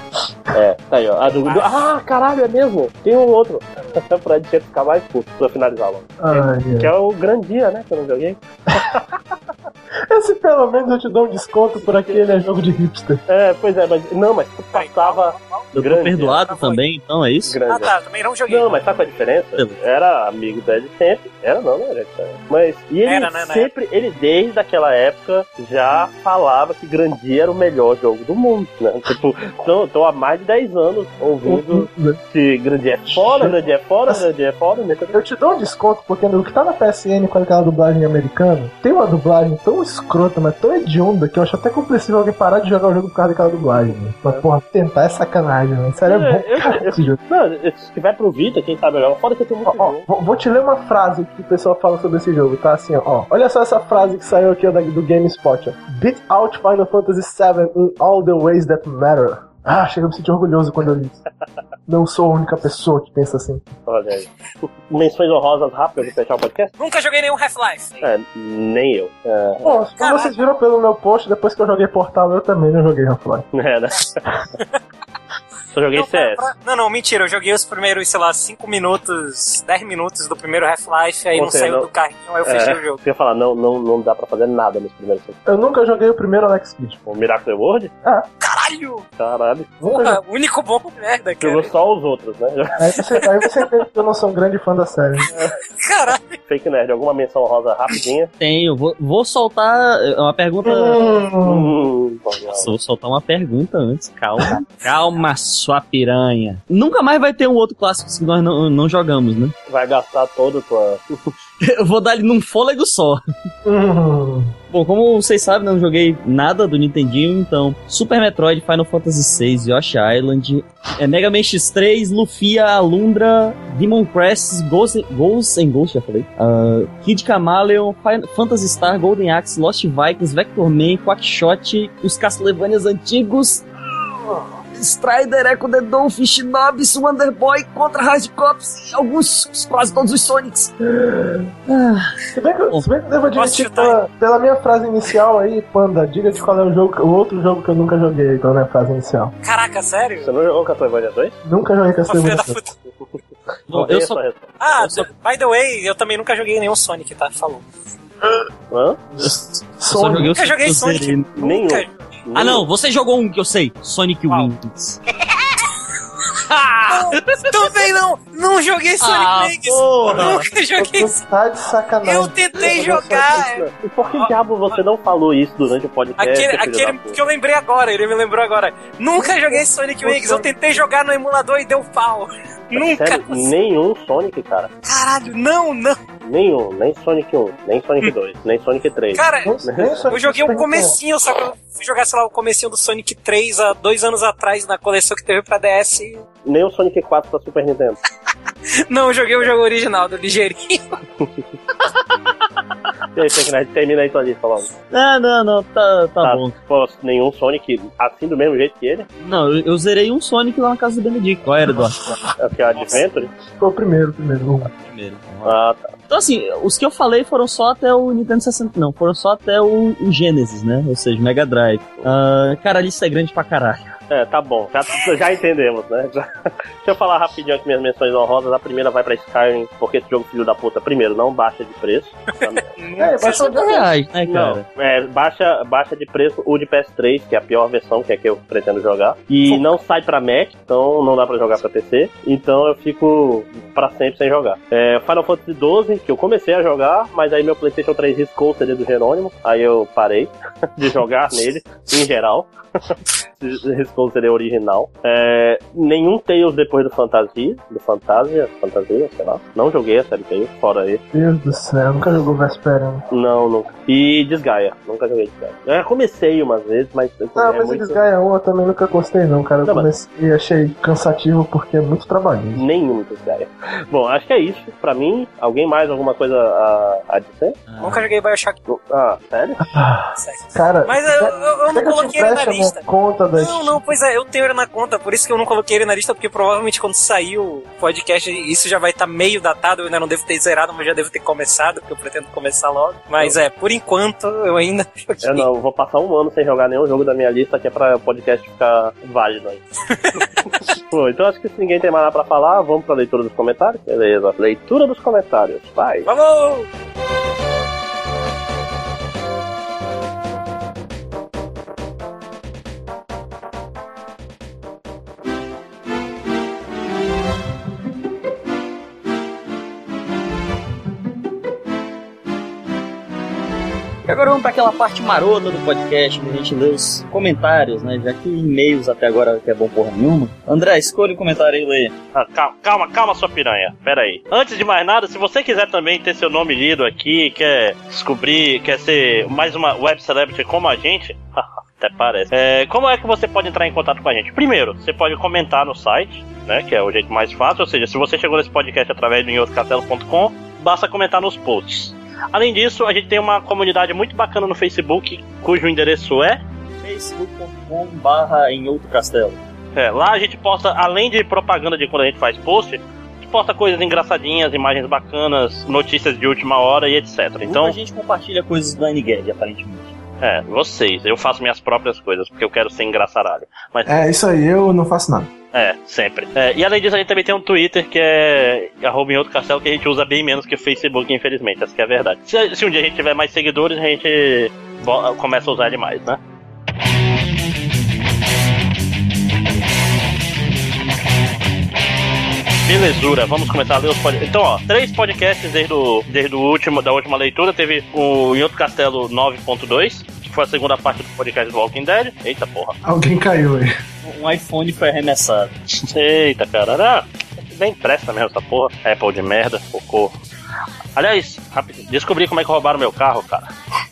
[SPEAKER 2] É, tá aí, ó. A do, do- ah, caralho, é mesmo? Tem um outro. pra gente ficar mais puto, pra finalizar logo.
[SPEAKER 4] Ai,
[SPEAKER 2] Que é o Gran Dia, né? Que eu não joguei.
[SPEAKER 4] é. Esse pelo menos eu te dou um desconto por aquele é jogo de hipster.
[SPEAKER 2] É, pois é, mas. Não, mas tu
[SPEAKER 3] Tá,
[SPEAKER 2] passava.
[SPEAKER 1] Eu tô
[SPEAKER 2] Grande,
[SPEAKER 1] perdoado
[SPEAKER 3] é.
[SPEAKER 1] também, então é isso?
[SPEAKER 2] Grande.
[SPEAKER 3] Ah, tá, também não joguei.
[SPEAKER 2] Não, mas sabe qual é a diferença? Era amigo dele sempre. Era não, não era. cara. Mas. E ele
[SPEAKER 3] Era, né, na
[SPEAKER 2] sempre, ele desde aquela época já falava que Grandia era o melhor jogo do mundo, né? Tipo, tô, tô há mais de 10 anos
[SPEAKER 4] Uhum.
[SPEAKER 2] ouvindo que Grandia é fora, Grandia é fora, Grandia é fora, né?
[SPEAKER 4] Eu te dou um desconto porque o que tá na PSN com aquela dublagem americana tem uma dublagem tão escrota, mas tão hedionda que eu acho até compreensível alguém parar de jogar o jogo por causa daquela dublagem. Né? Mas, porra, tentar é sacanagem, né? Sério, é bom.
[SPEAKER 2] Eu- eu-
[SPEAKER 4] cara, esse jogo.
[SPEAKER 2] Não, se tiver pro Vita, quem sabe melhor. Fora que tem muito
[SPEAKER 4] Ó, ó,
[SPEAKER 2] jogo.
[SPEAKER 4] vou- vou te ler uma frase que o pessoal fala sobre esse jogo, tá? Assim, ó, ó. Olha só essa frase que saiu aqui ó, da, do GameSpot, ó. Beat out Final Fantasy VII in all the ways that matter. Ah, chega a me sentir orgulhoso quando eu li isso. Não sou a única pessoa que pensa assim.
[SPEAKER 2] Olha aí. Menções honrosas rápidas de fechar o podcast?
[SPEAKER 3] Nunca joguei nenhum Half-Life.
[SPEAKER 2] É, nem eu. É,
[SPEAKER 4] Bom, como
[SPEAKER 3] Caraca.
[SPEAKER 4] vocês viram pelo meu post, depois que eu joguei Portal, eu também não joguei Half-Life.
[SPEAKER 2] né? Só joguei
[SPEAKER 3] Não, pra-
[SPEAKER 2] CS.
[SPEAKER 3] pra- não, não, mentira, eu joguei os primeiros, sei lá, 5 minutos, 10 minutos do primeiro Half-Life, aí
[SPEAKER 2] Ou
[SPEAKER 3] não
[SPEAKER 2] seja,
[SPEAKER 3] saiu
[SPEAKER 2] não-
[SPEAKER 3] do carrinho, aí eu
[SPEAKER 2] É,
[SPEAKER 3] fechei o jogo.
[SPEAKER 2] Eu ia falar, não, não, não dá pra fazer nada nesse primeiro setor.
[SPEAKER 4] Eu nunca joguei o primeiro Alex Kidd.
[SPEAKER 2] O Miracle World?
[SPEAKER 3] Caralho!
[SPEAKER 2] Caralho.
[SPEAKER 3] Porra, o único bom merda,
[SPEAKER 2] Jogou
[SPEAKER 3] cara.
[SPEAKER 2] só os outros, né?
[SPEAKER 4] Aí você, aí você entende que eu não sou um grande fã da série.
[SPEAKER 3] Caralho!
[SPEAKER 2] Fake Nerd, alguma menção rosa rapidinha?
[SPEAKER 1] Tenho, vou, vou soltar é, uma pergunta.
[SPEAKER 4] Hum,
[SPEAKER 2] Hum, bom, não.
[SPEAKER 1] Nossa, vou soltar uma pergunta antes. Calma. Calma, sua piranha. Nunca mais vai ter um outro clássico que nós não, não jogamos, né?
[SPEAKER 2] Vai gastar todo tua.
[SPEAKER 1] Eu vou dar ele num fôlego só.
[SPEAKER 4] hum.
[SPEAKER 1] Bom, como vocês sabem, eu não joguei nada do Nintendinho, então Super Metroid, Final Fantasy VI, Yoshi Island, é, Mega Man X3, Lufia, Alundra, Demon Crest, Ghost, Ghosts and Ghosts, já falei, ah, Kid Camaleon, Fin- Phantasy Star, Golden Axe, Lost Vikings, Vector Man, Quackshot, os Castlevanias antigos... Strider, Echo the Dolphin, Shinobis, Wonder Boy, Contra Hard Cops e alguns, quase todos os Sonics. Ah,
[SPEAKER 4] Se bem que, eu- se bem que eu devo admitir
[SPEAKER 3] Posso
[SPEAKER 4] pela, pela minha frase inicial aí, Panda, diga de qual é o jogo, que- o outro jogo que eu nunca joguei, então, né, frase inicial.
[SPEAKER 3] Caraca, sério?
[SPEAKER 2] Você não jogou Castlevania 2?
[SPEAKER 4] Nunca joguei
[SPEAKER 3] Ô, filha da
[SPEAKER 4] Castlevania.
[SPEAKER 3] puta.
[SPEAKER 1] bom,
[SPEAKER 2] tem
[SPEAKER 1] eu
[SPEAKER 2] essa
[SPEAKER 1] só
[SPEAKER 2] resposta.
[SPEAKER 3] Ah, by the way, eu também nunca joguei nenhum Sonic, tá? Falou.
[SPEAKER 2] Hã?
[SPEAKER 1] Eu só joguei Ah,
[SPEAKER 4] Sonic.
[SPEAKER 1] o
[SPEAKER 3] Nunca joguei
[SPEAKER 1] eu
[SPEAKER 3] Sonic.
[SPEAKER 1] zerei.
[SPEAKER 2] Nenhum.
[SPEAKER 3] Nunca.
[SPEAKER 1] Ah, não, você jogou um que eu sei: Sonic
[SPEAKER 3] Qual?
[SPEAKER 1] Wings.
[SPEAKER 3] Não, também não! Não joguei Sonic
[SPEAKER 1] Ah,
[SPEAKER 3] Legacy!
[SPEAKER 1] porra.
[SPEAKER 3] Nunca joguei Sonic.
[SPEAKER 4] Tu tá de sacanagem.
[SPEAKER 3] Eu tentei jogar!
[SPEAKER 2] né? E por que diabo você não falou isso durante o podcast?
[SPEAKER 3] Aquele,
[SPEAKER 2] filho da
[SPEAKER 3] aquele
[SPEAKER 2] puta?
[SPEAKER 3] que eu lembrei agora, ele me lembrou agora. Nunca joguei Sonic Wings, eu tentei jogar no emulador e deu pau. Nunca.
[SPEAKER 2] Sério, nenhum Sonic, cara.
[SPEAKER 3] Caralho, não, não.
[SPEAKER 2] Nenhum. Nem Sonic 1, nem
[SPEAKER 3] Hum.
[SPEAKER 2] Sonic 2, nem Sonic 3.
[SPEAKER 3] Cara,
[SPEAKER 4] Nem só-
[SPEAKER 3] eu joguei o
[SPEAKER 4] Super
[SPEAKER 3] comecinho, só que eu fui jogar, sei lá, o comecinho do Sonic 3 há dois anos atrás na coleção que teve pra DS. e-
[SPEAKER 2] Nem o Sonic 4 pra Super Nintendo.
[SPEAKER 3] Não, eu joguei o jogo original do ligeirinho.
[SPEAKER 2] E aí, Frank, termina aí tua lista logo.
[SPEAKER 1] Não, não, não, tá, tá, bom.
[SPEAKER 2] Pô, nenhum Sonic assim do mesmo jeito que ele?
[SPEAKER 1] Não, eu, eu zerei um Sonic lá na casa do Benedict. Qual era, Eduardo?
[SPEAKER 2] É o que é o Adventure?
[SPEAKER 4] Foi o primeiro, o primeiro.
[SPEAKER 3] Hum.
[SPEAKER 1] Primeiro.
[SPEAKER 2] Ah, tá.
[SPEAKER 1] Então, assim, os que eu falei foram só até o Nintendo 60. Não, foram só até o, o Genesis, né? Ou seja, Mega Drive. Ah, cara, a lista é grande pra caralho.
[SPEAKER 2] É, tá bom. Já, já entendemos, né? Já- Deixa eu falar rapidinho aqui minhas menções honrosas. A primeira vai pra Skyrim, porque esse jogo filho da puta, primeiro, não baixa de preço.
[SPEAKER 4] É, baixou de
[SPEAKER 1] reais, né, cara?
[SPEAKER 2] Não, é, baixa, baixa de preço o de PS3, que é a pior versão, que é a que eu pretendo jogar. E não sai pra Mac, então não dá pra jogar pra PC. Então eu fico pra sempre sem jogar. É, Final Fantasy XII, que eu comecei a jogar, mas aí meu PlayStation 3 riscou o CD do Jerônimo. Aí eu parei de jogar nele, em geral. riscou o CD original. É, nenhum Tales depois do Fantasia. Do Fantasia? Fantasia, sei lá. Não joguei a série Tales, fora aí.
[SPEAKER 4] Deus do céu, nunca jogou Vesperian.
[SPEAKER 2] Não, nunca. E Desgaia. Nunca joguei Desgaia. Eu já comecei umas vezes, mas.
[SPEAKER 4] Ah,
[SPEAKER 2] é
[SPEAKER 4] mas o
[SPEAKER 2] muito-
[SPEAKER 4] Desgaia 1 eu também nunca gostei não, cara. Eu
[SPEAKER 2] Não,
[SPEAKER 4] comecei e achei cansativo porque é muito trabalhoso.
[SPEAKER 2] Nenhum Desgaia. Bom, acho que é isso. Pra mim, alguém mais alguma coisa a, a dizer?
[SPEAKER 3] Nunca joguei Bioshock.
[SPEAKER 2] Ah, sério?
[SPEAKER 3] certo.
[SPEAKER 4] Cara,
[SPEAKER 3] Mas eu, eu- eu não
[SPEAKER 4] pega né?
[SPEAKER 3] coloquei ele na
[SPEAKER 4] Tempest
[SPEAKER 3] lista.
[SPEAKER 4] conta das...
[SPEAKER 3] Não, não, pois é, eu tenho ele na conta, por isso que eu não coloquei ele na lista, porque provavelmente quando sair o podcast, isso já vai estar meio datado, eu ainda não devo ter zerado, mas já devo ter começado, porque eu pretendo começar logo. Mas é, por enquanto, eu ainda joguei.
[SPEAKER 2] Eu não, eu vou passar um ano sem jogar nenhum jogo da minha lista, que é pra o podcast ficar válido aí. Bom, então acho que se ninguém tem mais nada pra falar, vamos pra leitura dos comentários? Beleza. Leitura dos comentários. Vai.
[SPEAKER 3] Vamos!
[SPEAKER 1] E Agora vamos para aquela parte marota do podcast, onde a gente lê os comentários, né? Já que e-mails até agora que é bom porra nenhuma. André, escolha o comentário aí, lê.
[SPEAKER 2] Ah, calma, calma, calma, sua piranha. Pera aí. Antes de mais nada, se você quiser também ter seu nome lido aqui, quer descobrir, quer ser mais uma web celebrity como a gente, até parece. É, como é que você pode entrar em contato com a gente? Primeiro, você pode comentar no site, né? Que é o jeito mais fácil. Ou seja, se você chegou nesse podcast através do inhotrocastelo.com, basta comentar nos posts. Além disso, a gente tem uma comunidade muito bacana no Facebook, cujo endereço é
[SPEAKER 1] facebook.com barra em outro castelo.
[SPEAKER 2] é, lá a gente posta, além de propaganda de quando a gente faz post, a gente posta coisas engraçadinhas, imagens bacanas, notícias de última hora e etc.
[SPEAKER 1] a
[SPEAKER 2] Então,
[SPEAKER 1] gente compartilha coisas do NGAD, aparentemente.
[SPEAKER 2] é, vocês, eu faço minhas próprias coisas, porque eu quero ser engraçaralho.
[SPEAKER 8] É, isso aí, eu não faço nada.
[SPEAKER 2] É, sempre. É, e além disso, a gente também tem um Twitter que é arroba em outro castelo que a gente usa bem menos que o Facebook, infelizmente, essa que é a verdade. Se, se um dia a gente tiver mais seguidores, a gente bo- começa a usar ele mais, né? Belezura, vamos começar a ler os podcasts. Então, ó, três podcasts desde o, desde o último, da última leitura. Teve o Em Outro Castelo 9.2, que foi a segunda parte do podcast do Walking Dead. Eita porra.
[SPEAKER 8] Alguém caiu aí.
[SPEAKER 1] Um iPhone foi arremessado.
[SPEAKER 2] Eita, cara. Ah, bem presta mesmo essa porra. Apple de merda, cocô. Aliás, rápido, descobri como é que roubaram meu carro, cara.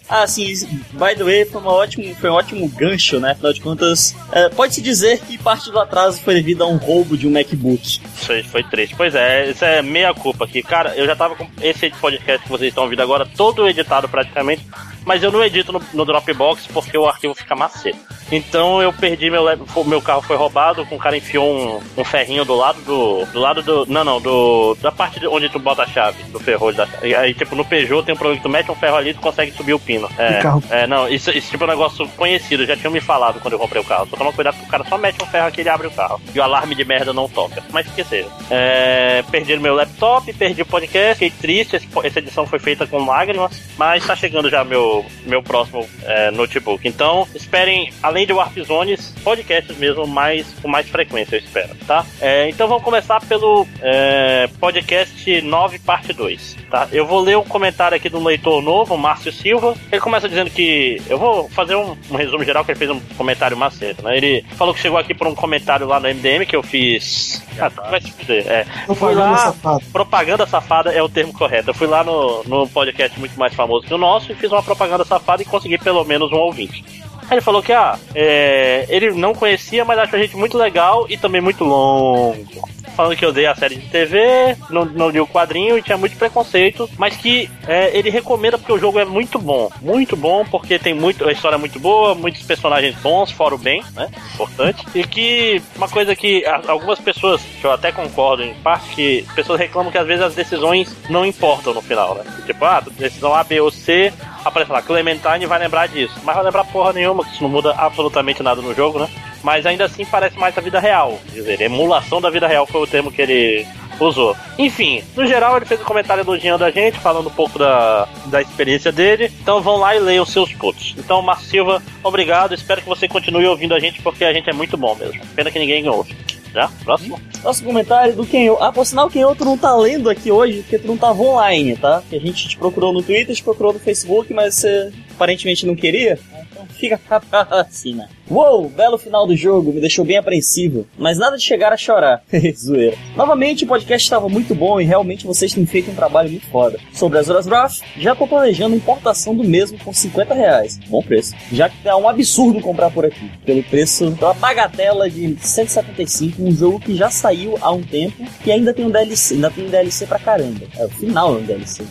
[SPEAKER 1] Ah, sim, by the way, foi, uma ótimo, foi um ótimo gancho, né? Afinal de contas, é, pode-se dizer que parte do atraso foi devido a um roubo de um MacBook.
[SPEAKER 2] Isso aí foi triste. Pois é, isso é meia culpa aqui. Cara, eu já tava com esse podcast que vocês estão ouvindo agora, todo editado praticamente, mas eu não edito no, no Dropbox porque o arquivo fica macete. Então eu perdi meu lap- fo- meu carro foi roubado, um cara enfiou um, um ferrinho do lado do. Do lado do. Não, não, do. Da parte de onde tu bota a chave, do ferrolho da chave. E Aí, tipo, no Peugeot tem um problema que tu mete um ferro ali e tu consegue subir o pino. É,
[SPEAKER 8] O carro-
[SPEAKER 2] é não, isso, isso tipo é um negócio conhecido, já tinham me falado quando eu comprei o carro. Só toma cuidado que o cara só mete um ferro aqui e ele abre o carro. E o alarme de merda não toca. Mas que seja. É, perdi meu laptop, perdi o podcast, fiquei triste. esse po- essa edição foi feita com lágrimas, mas tá chegando já meu meu, meu próximo é, notebook. Então, esperem, além de Warp Zones, podcasts mesmo mais, com mais frequência, eu espero, tá? É, então vamos começar pelo é, podcast 9, parte 2, tá? Eu vou ler um comentário aqui do leitor novo, Márcio Silva. Ele começa dizendo que. Eu vou fazer um, um resumo geral, que ele fez um comentário maceta, né? Ele falou que chegou aqui por um comentário lá no MDM que eu fiz. Ah, tu vai se fuder. É.
[SPEAKER 4] Tô
[SPEAKER 2] Fui
[SPEAKER 4] pagando
[SPEAKER 2] lá-
[SPEAKER 4] essa fada.
[SPEAKER 2] Propaganda safada é o termo correto. Eu fui lá no, no podcast muito mais famoso que o nosso e fiz uma propaganda safada e consegui pelo menos um ouvinte. Aí Ele falou que ah, é, ele não conhecia, mas achou a gente muito legal e também muito longo. Falando que odeia a série de TV, não, não lia o quadrinho e tinha muito preconceito, mas que é, ele recomenda porque o jogo é muito bom. Muito bom, porque tem muito. A história é muito boa, muitos personagens bons, fora o bem, né? Importante. E que uma coisa que a- algumas pessoas, que eu até concordo em parte, que as pessoas reclamam que às vezes as decisões não importam no final, né? Tipo, ah, decisão A, B ou C, aparece lá, Clementine vai lembrar disso. Mas vai lembrar porra nenhuma, que isso não muda absolutamente nada no jogo, né? Mas ainda assim parece mais a vida real. Quer dizer, emulação da vida real foi o termo que ele usou. Enfim, no geral ele fez um comentário elogiando a gente, falando um pouco da, da experiência dele. Então vão lá e leiam seus putos. Então, Márcio Silva, obrigado. Espero que você continue ouvindo a gente, porque a gente é muito bom mesmo. Pena que ninguém ouve. Já? Próximo?
[SPEAKER 1] Nosso comentário do quem Ah, por sinal, quem outro não tá lendo aqui hoje, porque tu não tava online, tá? Porque a gente te procurou no Twitter, te procurou no Facebook, mas você aparentemente não queria. Então fica assim, né? Uou, belo final do jogo, me deixou bem apreensivo. Mas nada de chegar a chorar. Zoeira. Novamente, o podcast estava muito bom e realmente vocês têm feito um trabalho muito foda. Sobre as horas Wrath, já tô planejando a importação do mesmo por 50 reais. Bom preço. Já que é um absurdo comprar por aqui. Pelo preço da bagatela de 175, um jogo que já saiu há um tempo e ainda tem um DLC. Ainda tem um DLC pra caramba. É o final é um DLC.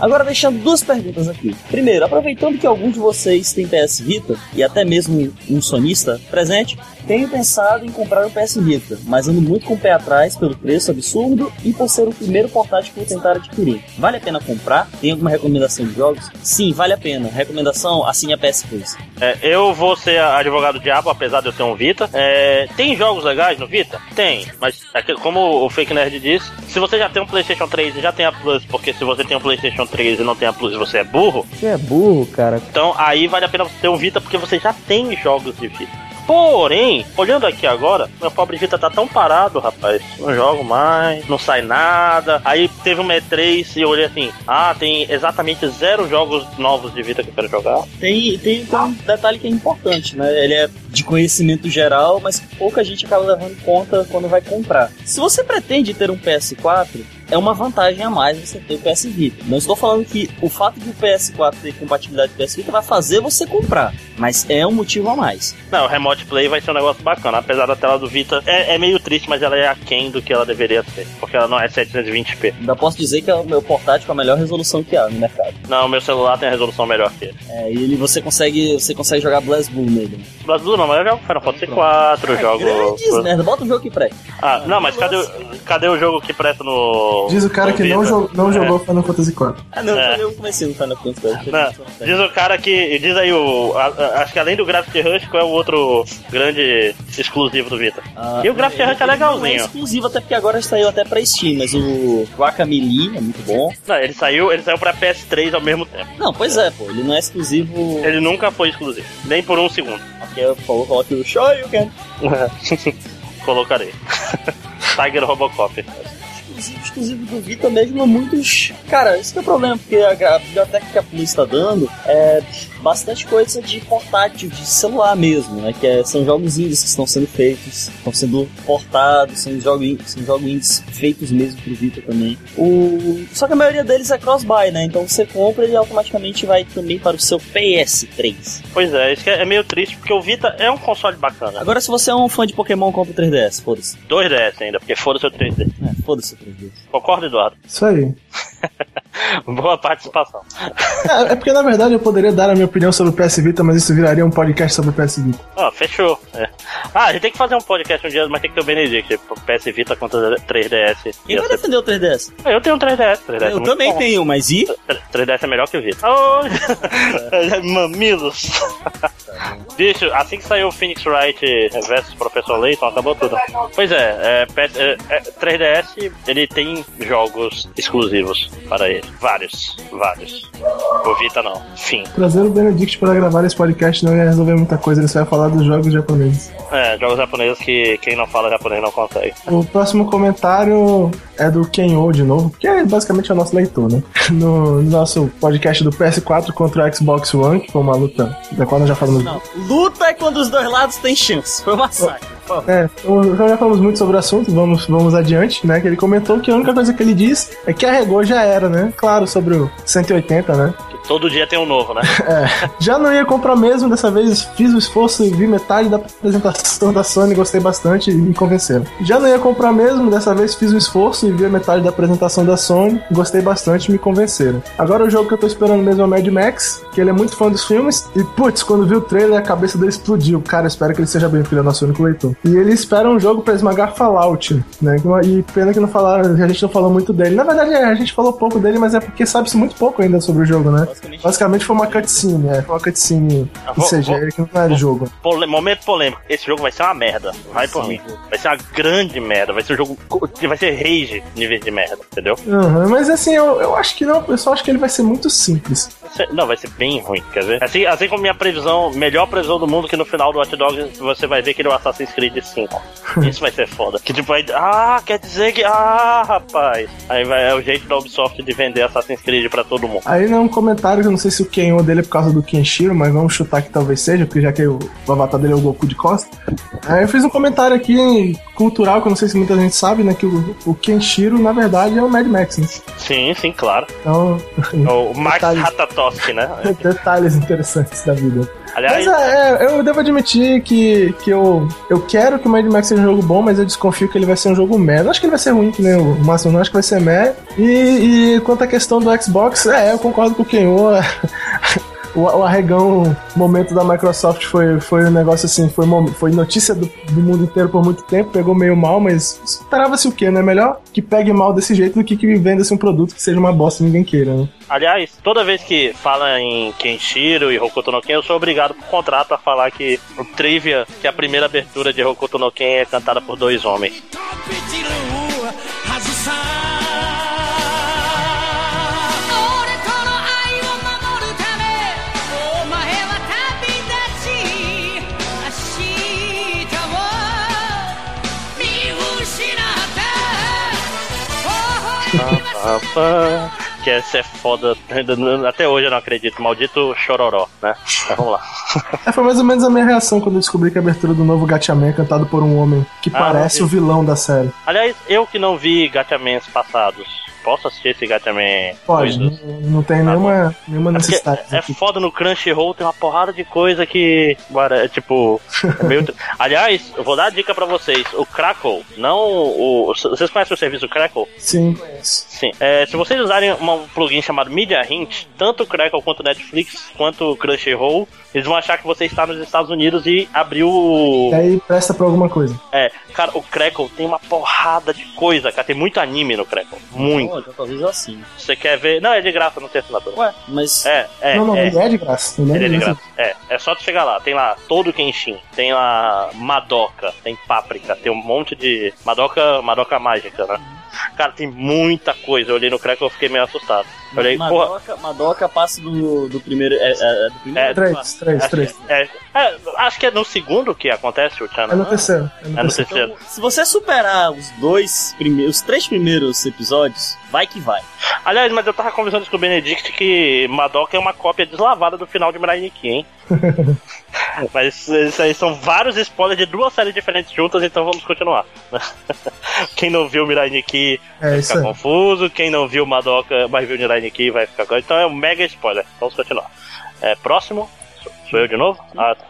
[SPEAKER 1] Agora deixando duas perguntas aqui. Primeiro, aproveitando que algum de vocês tem PS Vita e até mesmo um sonista presente, tenho pensado em comprar um PS Vita, mas ando muito com o pé atrás pelo preço absurdo e por ser o primeiro portátil que vou tentar adquirir. Vale a pena comprar? Tem alguma recomendação de jogos? Sim, vale a pena. Recomendação? Assine a PS Plus.
[SPEAKER 2] É, eu vou ser advogado do diabo, apesar de eu ter um Vita. É, tem jogos legais no Vita? Tem, mas aqui- como o Fake Nerd disse, se você já tem um PlayStation 3 e já tem a Plus, porque se você tem um PlayStation 3 e não tem a Plus, você é burro.
[SPEAKER 9] Você é burro, cara.
[SPEAKER 2] Então aí vale a pena você ter um Vita porque você já tem jogos de Vita. Porém, olhando aqui agora, meu pobre Vita tá tão parado, rapaz. Não jogo mais, não sai nada. Aí teve uma E3 e eu olhei assim: ah, tem exatamente zero jogos novos de Vita que eu quero jogar.
[SPEAKER 1] Tem, tem então, um detalhe que é importante, né? Ele é de conhecimento geral, mas que pouca gente acaba levando em conta quando vai comprar. Se você pretende ter um PS4, é uma vantagem a mais você ter o PS Vita. Não estou falando que o fato de o PS4 ter compatibilidade com o PS Vita vai fazer você comprar, mas é um motivo a mais.
[SPEAKER 2] Não, o Remote Play vai ser um negócio bacana, apesar da tela do Vita. É, é meio triste, mas ela é aquém do que ela deveria ser, porque ela não é 720p.
[SPEAKER 1] Ainda posso dizer que é o meu portátil com a melhor resolução que há no mercado.
[SPEAKER 2] Não, meu celular tem a resolução melhor que ele.
[SPEAKER 1] É, e ele, você consegue, você consegue jogar Blast Blue nele.
[SPEAKER 2] Mas tudo não, mas eu jogo Final Fantasy 4, jogo.
[SPEAKER 1] Ah, é Grandes merda, bota um jogo que presta.
[SPEAKER 2] Ah, não, mas cadê, o- cadê o jogo que presta no.
[SPEAKER 4] Diz o cara
[SPEAKER 2] no
[SPEAKER 4] que não,
[SPEAKER 2] Vita?
[SPEAKER 4] jo- não
[SPEAKER 2] É.
[SPEAKER 4] jogou Final Fantasy IV.
[SPEAKER 1] Ah, não,
[SPEAKER 2] É.
[SPEAKER 1] eu comecei no Final Fantasy.
[SPEAKER 2] Não, diz o cara que. Diz aí o. a- a- acho que além do Gravity Rush, qual é o outro grande exclusivo do Vita?
[SPEAKER 1] Ah,
[SPEAKER 2] E o Graphic
[SPEAKER 1] ele-
[SPEAKER 2] Arranca é
[SPEAKER 1] ele
[SPEAKER 2] legalzinho.
[SPEAKER 1] Não é exclusivo, até porque agora saiu até pra Steam, mas o Guacamelee é muito bom.
[SPEAKER 2] Não, ele saiu, ele saiu pra PS3 ao mesmo tempo.
[SPEAKER 1] Não, pois é, pô, ele não é exclusivo.
[SPEAKER 2] Ele nunca foi exclusivo, nem por um segundo.
[SPEAKER 1] Porque eu falo, coloque o show e o can.
[SPEAKER 2] Colocarei. Tiger Robocop.
[SPEAKER 1] Exclusivo, exclusivo do Vita mesmo é muitos. Cara, esse que é o problema, porque a, gra- a biblioteca que a Plus tá dando é bastante coisa de portátil, de celular mesmo, né? Que é- são jogos indies que estão sendo feitos, estão sendo portados, são jogos in- são jogos indies feitos mesmo pro Vita também. O... Só que a maioria deles é cross-buy, né? Então você compra e ele automaticamente vai também para o seu PS3.
[SPEAKER 2] Pois é, isso que é é meio triste, porque o Vita é um console bacana.
[SPEAKER 1] Agora, se você é um fã de Pokémon, compra o 3DS, foda-se.
[SPEAKER 2] 2DS ainda, porque foda-se o 3D.
[SPEAKER 1] É, foda-se o 3DS.
[SPEAKER 2] Concorda, Eduardo?
[SPEAKER 4] Isso aí.
[SPEAKER 2] Boa participação.
[SPEAKER 4] É, é porque na verdade eu poderia dar a minha opinião sobre o PS Vita, mas isso viraria um podcast sobre o PS Vita.
[SPEAKER 2] Ó, fechou. É. Ah, a gente tem que fazer um podcast um dia, mas tem que ter o Benedict. tipo, PS Vita contra 3DS.
[SPEAKER 1] Quem vai
[SPEAKER 2] Ia ser-
[SPEAKER 1] defender o 3DS?
[SPEAKER 2] Eu tenho um 3DS. 3DS é
[SPEAKER 1] Eu
[SPEAKER 2] muito
[SPEAKER 1] também
[SPEAKER 2] bom.
[SPEAKER 1] tenho, mas e?
[SPEAKER 2] 3DS é melhor que o Vita. Oh, mamilos. É, Bicho, assim que saiu o Phoenix Wright versus Professor Layton, acabou tudo. Pois é, é, PS é, é, 3DS ele tem jogos exclusivos para ele. Vários, vários. O Vita não. Sim.
[SPEAKER 4] Trazer o Benedict para gravar esse podcast não ia resolver muita coisa, ele só ia falar dos jogos japoneses.
[SPEAKER 2] É, jogos japoneses que quem não fala japonês não consegue.
[SPEAKER 4] O próximo comentário é do Kenyo de novo, que é basicamente o nosso leitor, né? No nosso podcast do PS4 contra o Xbox One, que foi uma luta da qual nós já falamos.
[SPEAKER 1] Não, luta é quando os dois lados têm chance. Foi um massacre. por favor.
[SPEAKER 4] É, então já falamos muito sobre o assunto, vamos, vamos adiante, né? Que ele comentou que a única coisa que ele diz é que arregou já era, né? Claro, sobre o 180, né?
[SPEAKER 2] Que todo dia tem um novo, né?
[SPEAKER 4] Já não ia comprar mesmo, dessa vez fiz o esforço e vi metade da apresentação da Sony, gostei bastante e me convenceram. Já não ia comprar mesmo, dessa vez fiz o esforço e vi a metade da apresentação da Sony, gostei bastante e me convenceram. Agora o jogo que eu tô esperando mesmo é o Mad Max, que ele é muito fã dos filmes, e putz, quando vi o trailer a cabeça dele explodiu. Cara, eu espero que ele seja bem, porque ele é nosso único leitor. E ele espera um jogo pra esmagar Fallout, né? E pena que não falaram, a gente não falou muito dele. Na verdade, a gente falou pouco dele, mas é porque sabe-se muito pouco ainda sobre o jogo, né?
[SPEAKER 1] Basicamente,
[SPEAKER 4] Basicamente foi uma cutscene, é. Foi uma cutscene
[SPEAKER 2] Ah,
[SPEAKER 4] em
[SPEAKER 2] vou-
[SPEAKER 4] CG que não era jogo.
[SPEAKER 2] Pole- momento polêmico. Esse jogo vai ser uma merda. Vai por mim. Vai ser uma grande merda. Vai ser um jogo. co- Vai ser rage nível de merda, entendeu?
[SPEAKER 4] Aham, mas assim, eu, eu acho que não, eu só acho que ele vai ser muito simples.
[SPEAKER 2] Vai ser- Não, vai ser bem ruim, quer ver? Assim, assim como minha previsão, melhor previsão do mundo, que no final do Hot Dogs você vai ver que ele é o Assassin's Creed 5. Isso vai ser foda. Que tipo, aí, ah, quer dizer que. Ah, rapaz. Aí vai, é o jeito da Ubisoft de vender Assassin's Creed pra todo mundo.
[SPEAKER 4] Aí não um comentário que eu não sei se o Kenyo dele é por causa do Kenshiro, mas vamos chutar que talvez seja, porque já que o o avatar dele é o Goku de Costa. Aí eu fiz um comentário aqui cultural, que eu não sei se muita gente sabe, né? Que o, o Kenshiro, na verdade, é o Mad Max, né?
[SPEAKER 2] Sim, sim, claro. É
[SPEAKER 4] Então,
[SPEAKER 2] O Max
[SPEAKER 4] Detalhe.
[SPEAKER 2] Ratatosk, né?
[SPEAKER 4] detalhes interessantes da vida.
[SPEAKER 2] Aliás,
[SPEAKER 4] Mas é, é, eu devo admitir que, que eu, eu quero que o Mad Max seja um jogo bom, mas eu desconfio que ele vai ser um jogo meh. Não acho que ele vai ser ruim, que nem o Márcio, não acho que vai ser meh. E, e quanto à questão do Xbox, é, eu concordo com o Kenho. é, O, o arregão momento da Microsoft foi, foi um negócio assim, foi, mom- foi notícia do, do mundo inteiro por muito tempo, pegou meio mal, mas esperava-se o quê, né? Melhor que pegue mal desse jeito do que que venda-se um produto que seja uma bosta e ninguém queira, né?
[SPEAKER 2] Aliás, toda vez que fala em Kenshiro e Hokuto no Ken, eu sou obrigado por contrato a falar que o Trivia, que a primeira abertura de Hokuto no Ken é cantada por dois homens.
[SPEAKER 6] 飛び散るはずさ俺との愛を守るためお前は旅立ち明日を見失った微笑みは
[SPEAKER 2] Pá, pá, que essa é foda. Até hoje eu não acredito. Maldito chororó, né? Mas vamos lá.
[SPEAKER 4] É, foi mais ou menos a minha reação quando eu descobri que a abertura do novo Gatchaman é cantado por um homem que
[SPEAKER 2] Ah,
[SPEAKER 4] parece
[SPEAKER 2] não
[SPEAKER 4] o vilão da série.
[SPEAKER 2] Aliás, eu que não vi Gatchamans passados, posso assistir esse Gatchaman?
[SPEAKER 4] Pode,
[SPEAKER 2] coisas?
[SPEAKER 4] não, não tem nenhuma, nenhuma
[SPEAKER 2] Ah, É porque
[SPEAKER 4] necessidade.
[SPEAKER 2] É foda no Crunchyroll, tem uma porrada de coisa que. Bora, é tipo. é meio tr- Aliás, eu vou dar a dica pra vocês. O Crackle, não o. c- Vocês conhecem o serviço Crackle?
[SPEAKER 4] Sim.
[SPEAKER 2] Sim. É, se vocês usarem uma- um plugin chamado Media Hint, tanto o Crackle quanto o Netflix, quanto o Crunchyroll, eles vão achar que você está nos Estados Unidos e abriu o.
[SPEAKER 4] E aí presta pra alguma coisa.
[SPEAKER 2] É, cara, o Crackle tem uma porrada de coisa, cara. Tem muito anime no Crackle. Muito.
[SPEAKER 1] Olha, talvez assim.
[SPEAKER 2] Você quer ver. Não, é de graça, não tem assinatura.
[SPEAKER 1] Ué, mas
[SPEAKER 2] É, é.
[SPEAKER 4] não, não,
[SPEAKER 2] é.
[SPEAKER 4] ele é de graça. Ele é
[SPEAKER 2] Ele é
[SPEAKER 4] de graça.
[SPEAKER 2] É, é só tu chegar lá. Tem lá todo o Kenshin. Tem lá Madoka. Tem Páprica. Tem um monte de. Madoka, Madoka mágica, né? Cara, tem muita coisa. Eu olhei no Crackle e fiquei meio assustado. Eu olhei, porra.
[SPEAKER 1] Madoka, Madoka passa do, do primeiro. É, é- é do primeiro?
[SPEAKER 2] É,
[SPEAKER 4] Três, três,
[SPEAKER 2] acho,
[SPEAKER 4] três.
[SPEAKER 2] é, é, acho que é no segundo que acontece o
[SPEAKER 4] É
[SPEAKER 2] Chana.
[SPEAKER 4] no terceiro. É no
[SPEAKER 2] É no
[SPEAKER 4] terceiro.
[SPEAKER 2] terceiro.
[SPEAKER 1] Então, se você superar os dois primeiros, os três primeiros episódios, vai que vai.
[SPEAKER 2] Aliás, mas eu tava conversando com o Benedict que Madoka é uma cópia deslavada do final de Mirai Nikki, hein? mas isso aí são vários spoilers de duas séries diferentes juntas, então vamos continuar. Quem não viu Mirai Nikki
[SPEAKER 4] É isso
[SPEAKER 2] ficar
[SPEAKER 4] aí.
[SPEAKER 2] confuso. Quem não viu Madoka, mas viu Nirai Nikki, vai ficar confuso. Então é um mega spoiler. Vamos continuar. É, próximo. Sou- Sou eu de novo? Ah, tá.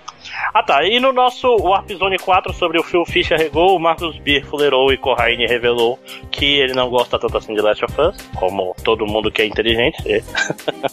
[SPEAKER 2] Ah, tá. E no nosso Warp Zone 4 sobre o Phil Fisher regou, o Marcos Beer fulerou e Corraine revelou que ele não gosta tanto assim de Last of Us, como todo mundo que é inteligente. É.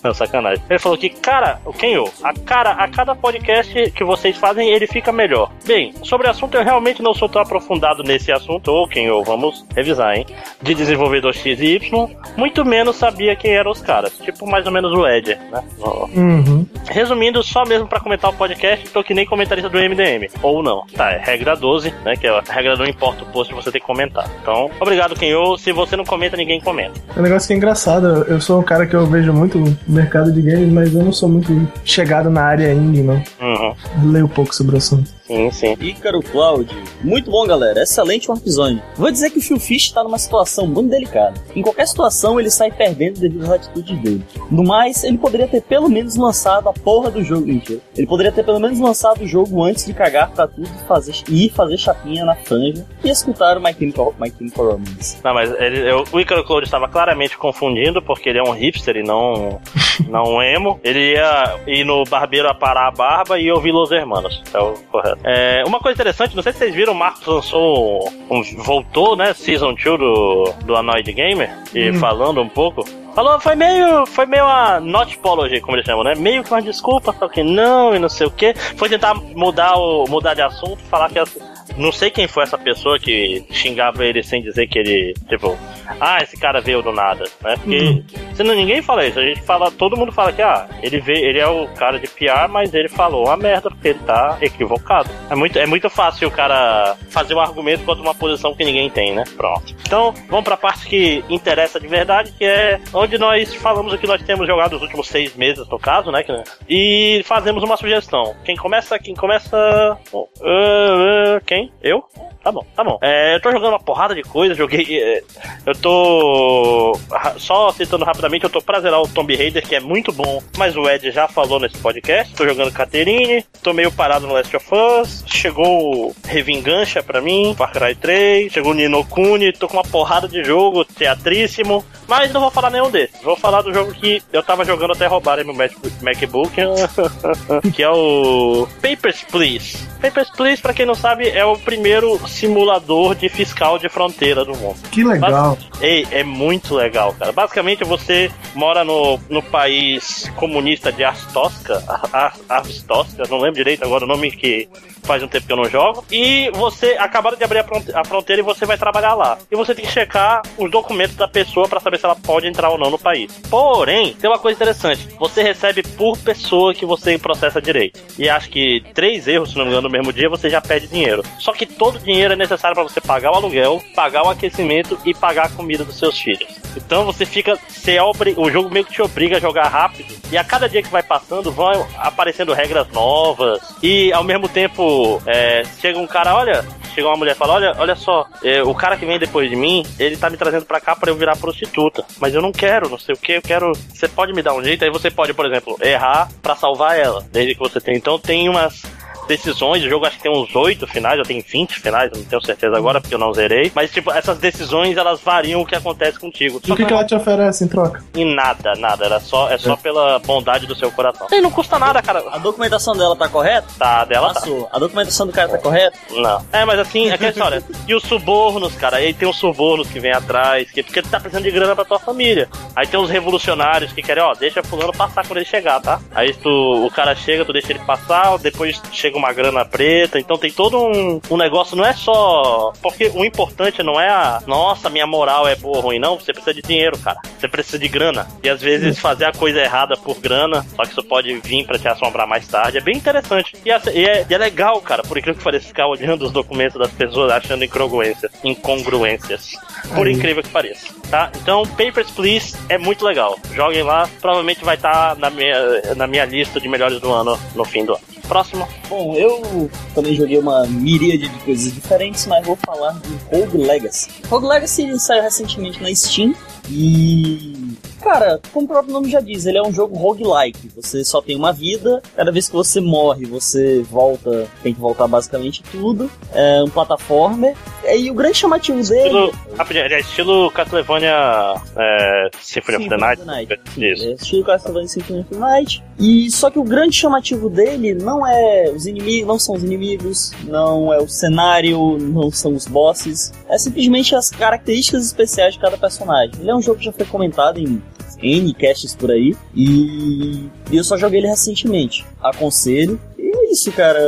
[SPEAKER 2] Não, sacanagem. Ele falou que, cara, o Kenyo, a cara, a cada podcast que vocês fazem, ele fica melhor. Bem, sobre o assunto, eu realmente não sou tão aprofundado nesse assunto, ou Kenyo, vamos revisar, hein? De desenvolvedor XY, muito menos sabia quem eram os caras. Tipo, mais ou menos o Ed, né? Ó,
[SPEAKER 4] Uhum.
[SPEAKER 2] Resumindo, só mesmo pra comentar o podcast, tô que nem comentarista do MDM. Ou não. Tá, é regra 12, né? Que é a regra não importa o post, você tem que comentar. Então, obrigado, Kenyo. Se você não comenta, ninguém comenta.
[SPEAKER 4] É um negócio que é engraçado. Eu sou um cara que eu vejo muito no mercado de games, mas eu não sou muito chegado na área indie, não.
[SPEAKER 2] Uhum.
[SPEAKER 4] Eu leio pouco sobre o assunto.
[SPEAKER 2] Sim, sim.
[SPEAKER 1] Ícaro Cláudio. Muito bom, galera. Excelente Warzone. Vou dizer que o Phil Fish tá numa situação muito delicada. Em qualquer situação, ele sai perdendo devido às atitudes dele. No mais, ele poderia ter pelo menos lançado a porra do jogo inteiro. Ele poderia ter pelo menos lançado o jogo antes de cagar pra tudo e, fazer, e ir fazer chapinha na franja e escutar o My Chemical, My Chemical Romance.
[SPEAKER 2] Não, mas ele- eu- o Icaro Cloud estava claramente confundindo, porque ele é um hipster e não, não um emo. Ele ia ir no barbeiro aparar a barba e ouvir Los Hermanos. É o correto. É, uma coisa interessante, não sei se vocês viram, o Marcos lançou um, um- voltou, né? Season 2 do, do Anoid Gamer, e falando um pouco. Falou, foi meio, foi meio a not apology, como eles chamam, né? Meio que uma desculpa, só que não, e não sei o quê. Foi tentar mudar, o, mudar de assunto, falar que as- não sei quem foi essa pessoa que xingava ele sem dizer que ele, tipo, ah, esse cara veio do nada, né? Porque senão ninguém fala isso, a gente fala, todo mundo fala que, ah, ele veio, ele é o cara de PR, mas ele falou uma merda porque ele tá equivocado. É muito, é muito fácil o cara fazer um argumento contra uma posição que ninguém tem, né? Pronto. Então, vamos pra parte que interessa de verdade, que é onde nós falamos o que nós temos jogado os últimos seis meses, no caso, né? que- E fazemos uma sugestão. Quem começa, quem começa. Bom, ah, ah, quem? Eu? Tá bom, tá bom. É, eu tô jogando uma porrada de coisa, joguei. é, eu tô. ra- Só citando rapidamente, eu tô pra zerar o Tomb Raider, que é muito bom, mas o Ed já falou nesse podcast. Tô jogando Caterine, tô meio parado no Last of Us. Chegou o Revingancha pra mim, Far Cry 3, chegou o Nino Kuni, tô com uma porrada de jogo, teatríssimo. Mas não vou falar nenhum desses. Vou falar do jogo que eu tava jogando até roubarem meu Mac- MacBook, que é o Papers, Please. Papers, Please, pra quem não sabe, é o primeiro simulador de fiscal de fronteira do mundo.
[SPEAKER 4] Que legal.
[SPEAKER 2] Ei, é muito legal, cara. Basicamente, você mora no, no país comunista de Astoska, A- A- Astoska, não lembro direito agora o nome que faz um tempo que eu não jogo. E você acabaram de abrir a fronte- a fronteira e você vai trabalhar lá. E você tem que checar os documentos da pessoa pra saber se ela pode entrar ou não no país. Porém, tem uma coisa interessante. Você recebe por pessoa que você processa direito. E acho que três erros, se não me engano, no mesmo dia, você já perde dinheiro. Só que todo dinheiro é necessário pra você pagar o aluguel, pagar o aquecimento e pagar a comida dos seus filhos. Então você fica. Você é obri- o jogo meio que te obriga a jogar rápido. E a cada dia que vai passando, vão aparecendo regras novas. E ao mesmo tempo, é, chega um cara, olha, Chegou uma mulher e fala: Olha, olha só, é, o cara que vem depois de mim, ele tá me trazendo pra cá pra eu virar prostituta. Mas eu não quero, não sei o que, eu quero. Você pode me dar um jeito? Aí você pode, por exemplo, errar pra salvar ela, desde que você tem. Então tem umas. Decisões, o jogo acho que tem uns 8 finais, ou tem 20 finais, não tenho certeza agora porque eu não zerei. Mas, tipo, essas decisões elas variam o que acontece contigo.
[SPEAKER 4] E
[SPEAKER 2] Só
[SPEAKER 4] o que, que ela te oferece em troca?
[SPEAKER 2] em nada, nada, era só, é só pela bondade do seu coração. E não custa nada, cara.
[SPEAKER 1] A documentação dela tá correta?
[SPEAKER 2] Tá, dela tá.
[SPEAKER 1] Passou. A documentação do cara tá correta?
[SPEAKER 2] Não. É, mas assim, aquela história. E os subornos, cara, aí tem os subornos que vem atrás, que, porque tu tá precisando de grana pra tua família. Aí tem os revolucionários que querem, ó, deixa fulano passar quando ele chegar, tá? Aí tu, o cara chega, tu deixa ele passar, depois chega uma grana preta, então tem todo um, um negócio, não é só. Porque o importante não é a, nossa, minha moral é boa ou ruim, não. Você precisa de dinheiro, cara. Você precisa de grana. E às vezes fazer a coisa errada por grana, só que isso pode vir pra te assombrar mais tarde. É bem interessante. E, essa- e é, e é legal, cara, por incrível que pareça, ficar olhando os documentos das pessoas achando incongruências. Incongruências. Por incrível que pareça. Tá? Então, Papers, Please é muito legal. Joguem lá. Provavelmente vai estar na, minha, na minha lista de melhores do ano no fim do ano. Próximo.
[SPEAKER 1] Bom, eu também joguei uma miríade de coisas diferentes, mas vou falar de Rogue Legacy. Rogue Legacy saiu recentemente na Steam e. Cara, como o próprio nome já diz, ele é um jogo roguelike. Você só tem uma vida, cada vez que você morre, você volta, tem que voltar basicamente tudo. É um plataforma. E o grande chamativo dele.
[SPEAKER 2] Estilo, rapidinho, ele é estilo Castlevania é, Symphony of the
[SPEAKER 1] Symphony
[SPEAKER 2] Night.
[SPEAKER 1] of the Night.
[SPEAKER 2] Isso.
[SPEAKER 1] É, estilo Castlevania Symphony of the Night. E só que o grande chamativo dele não é os inimigos, não são os inimigos, não é o cenário, não são os bosses. É simplesmente as características especiais de cada personagem. Ele é um jogo que já foi comentado em N casts por aí e eu só joguei ele recentemente. Aconselho. E é isso, cara.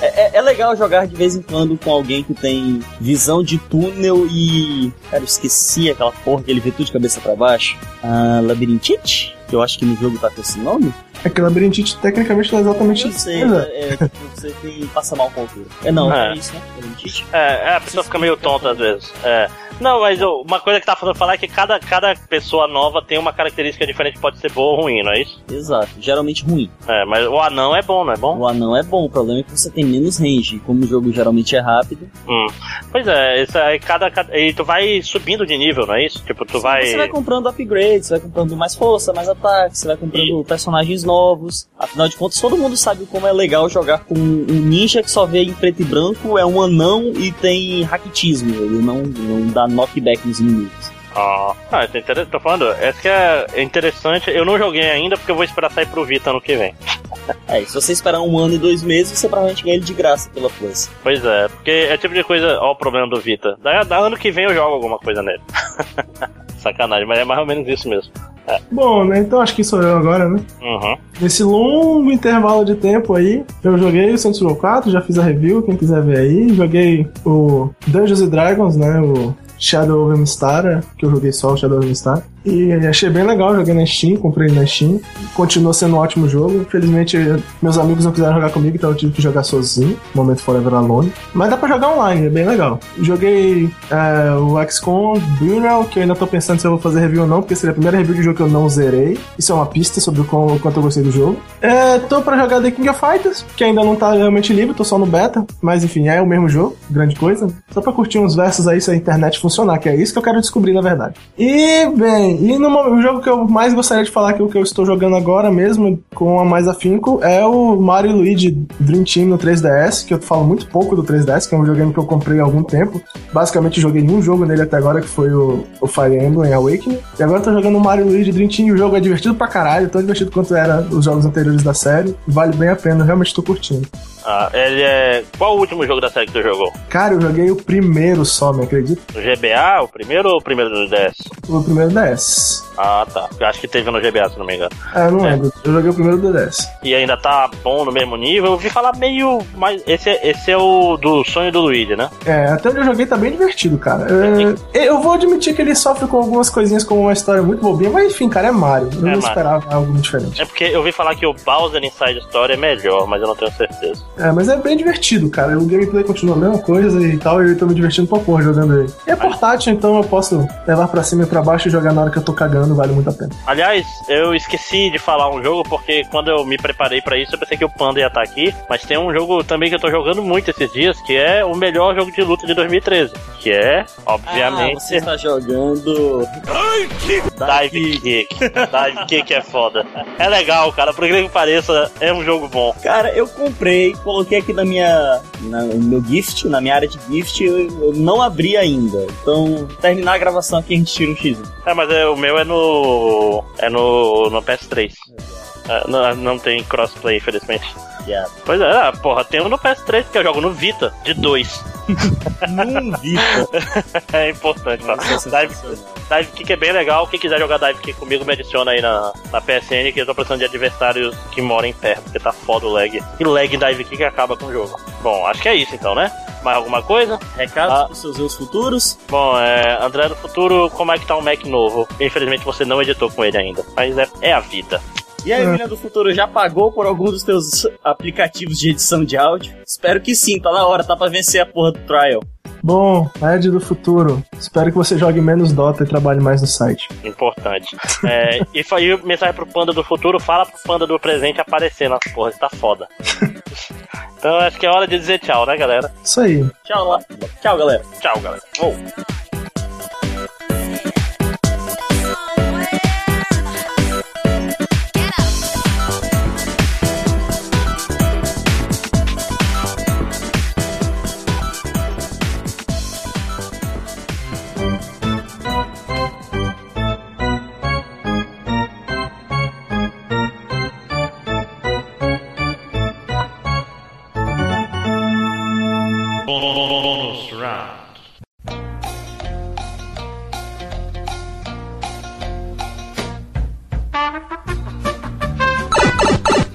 [SPEAKER 1] É, é- é legal jogar de vez em quando com alguém que tem visão de túnel e. Cara, eu esqueci aquela porra que ele vê tudo de cabeça pra baixo. Ah, labirintite? Que eu acho que no jogo tá com esse nome.
[SPEAKER 4] Aquela É labirintite tecnicamente não é exatamente
[SPEAKER 1] Eu sei,
[SPEAKER 4] Pois é.
[SPEAKER 1] é, é, tipo, você tem, passa mal com o altura. É não,
[SPEAKER 2] É.
[SPEAKER 1] é, isso, né? Labirintite.
[SPEAKER 2] É, é, a pessoa fica meio tonta às vezes. É. Não, mas eu- uma coisa que tá falando falar é que cada, cada pessoa nova tem uma característica diferente, pode ser boa ou ruim, não é isso?
[SPEAKER 1] Exato, geralmente ruim.
[SPEAKER 2] É, mas o anão é bom, não é bom?
[SPEAKER 1] O anão é bom, o problema é que você tem menos range. E Como o jogo geralmente é rápido,
[SPEAKER 2] Hum. Pois é, isso aí, cada, cada- E tu vai subindo de nível, não é isso? Tipo, tu vai.
[SPEAKER 1] você vai comprando upgrades, você vai comprando mais força, mais ataque, você vai comprando personagens novos. Afinal de contas, todo mundo sabe como é legal jogar com um ninja que só vê em preto e branco, é um anão e tem raquitismo. Ele não, não dá knockback nos inimigos.
[SPEAKER 2] Ah, ah, isso é interessante. Tô falando, essa que é interessante. Eu não joguei ainda porque eu vou esperar sair pro Vita ano que vem.
[SPEAKER 1] É, e se você esperar um ano e dois meses, você provavelmente ganha ele de graça pela Plus.
[SPEAKER 2] Pois é, porque é tipo de coisa. Ó, o problema do Vita. Da, da ano que vem eu jogo alguma coisa nele. Sacanagem, mas é mais ou menos isso mesmo.
[SPEAKER 4] Bom, né? Então acho que sou eu agora, né?
[SPEAKER 2] Uhum.
[SPEAKER 4] Nesse longo intervalo de tempo aí, eu joguei o Saints Row 4, já fiz a review, quem quiser ver aí. Joguei o Dungeons and Dragons, né? O Shadow of Mistara, que eu joguei só o Shadow of Mistara. E achei bem legal, joguei na Steam, comprei na Steam. Continua sendo um ótimo jogo. Infelizmente, meus amigos não quiseram jogar comigo, então eu tive que jogar sozinho. Momento Forever Alone. Mas dá pra jogar online, é bem legal. Joguei é, o XCOM Burial, que eu ainda tô pensando se eu vou fazer review ou não, porque seria a primeira review de jogo que eu não zerei. Isso é uma pista sobre o quão- o quanto eu gostei do jogo. É, tô pra jogar The King of Fighters, que ainda não tá realmente livre, tô só no beta. Mas enfim, é o mesmo jogo, grande coisa. Só pra curtir uns versos aí se a internet funcionar, que é isso que eu quero descobrir na verdade. E, bem, e no momento, o jogo que eu mais gostaria de falar, que é o que eu estou jogando agora mesmo, com a mais afinco, é o Mario e Luigi Dream Team no 3DS, que eu falo muito pouco do 3DS, que é um videogame que eu comprei há algum tempo. Basicamente joguei um jogo nele até agora, que foi o, o Fire Emblem Awakening. E agora eu tô jogando o Mario e Luigi Dream Team, e o jogo é divertido pra caralho, tão divertido quanto era os jogos anteriores da série. Vale bem a pena, eu realmente tô curtindo.
[SPEAKER 2] Ah, ele é. Qual o último jogo da série que tu jogou?
[SPEAKER 4] Cara, eu joguei o primeiro só, me acredito.
[SPEAKER 2] O GBA, o primeiro ou o primeiro do DS?
[SPEAKER 4] O primeiro DS.
[SPEAKER 2] Ah, tá. Eu acho que teve no GBA, se não me engano.
[SPEAKER 4] Ah, eu não
[SPEAKER 2] É.
[SPEAKER 4] lembro. Eu joguei o primeiro do DS.
[SPEAKER 2] E ainda tá bom no mesmo nível. Eu ouvi falar meio. Mas esse, é- esse é o do sonho do Luigi, né?
[SPEAKER 4] É, até onde eu joguei tá bem divertido, cara. É, eu vou admitir que ele sofre com algumas coisinhas como uma história muito bobinha, mas enfim, cara, é Mario. Eu
[SPEAKER 2] É
[SPEAKER 4] não
[SPEAKER 2] Mario.
[SPEAKER 4] esperava algo diferente.
[SPEAKER 2] É porque eu ouvi falar que o Bowser Inside Story é melhor, mas eu não tenho certeza.
[SPEAKER 4] É, mas é bem divertido, cara. O gameplay continua a mesma coisa e tal, e eu tô me divertindo pra porra jogando ele. E é portátil, então eu posso levar pra cima e pra baixo e jogar na hora que eu tô cagando, vale muito a pena.
[SPEAKER 2] Aliás, eu esqueci de falar um jogo, porque quando eu me preparei pra isso, eu pensei que o Panda ia estar aqui. Mas tem um jogo também que eu tô jogando muito esses dias, que é o melhor jogo de luta de 2013. Que é,
[SPEAKER 1] Ah,
[SPEAKER 2] obviamente,
[SPEAKER 1] você tá está jogando.
[SPEAKER 2] Dive Kick. Dive Kick é foda. É legal, cara. Por incrível que pareça, é um jogo bom.
[SPEAKER 1] Cara, eu comprei, coloquei aqui na minha. na- no meu gift, na minha área de gift, eu, eu não abri ainda. Então, terminar a gravação aqui, a gente tira um X.
[SPEAKER 2] É, mas é, o meu é no. É no, no PS3. É, não, não tem crossplay, infelizmente.
[SPEAKER 1] Yeah.
[SPEAKER 2] Pois é, ah, porra, tem um no PS3 que eu jogo no Vita, de dois.
[SPEAKER 1] Não vi.
[SPEAKER 2] É importante, tá? Dive, Dive Kick é bem legal. Quem quiser jogar Dive Kick comigo, me adiciona aí na, na PSN, que eu tô precisando de adversários que moram em perto, porque tá foda o lag. E lag em Dive Kick acaba com o jogo. Bom, acho que é isso então, né? Mais alguma coisa?
[SPEAKER 1] Recados
[SPEAKER 2] Ah.
[SPEAKER 1] para os Tá? seus erros futuros?
[SPEAKER 2] Bom, é, André do Futuro, como é que tá o Mac novo? Infelizmente você não editou com ele ainda, mas é, é a vida.
[SPEAKER 1] E aí, menina do futuro, já pagou por algum dos teus aplicativos de edição de áudio? Espero que sim, tá na hora, tá pra vencer a porra do trial.
[SPEAKER 4] Bom, Ed do futuro, espero que você jogue menos Dota e trabalhe mais no site.
[SPEAKER 2] Importante. É, e fa- e mensagem pro Panda do futuro, fala pro Panda do presente aparecer nas porras, tá foda. então acho que é hora de dizer tchau, né, galera?
[SPEAKER 4] Isso aí.
[SPEAKER 1] Tchau lá. Tchau, galera.
[SPEAKER 2] Tchau, galera. Ou.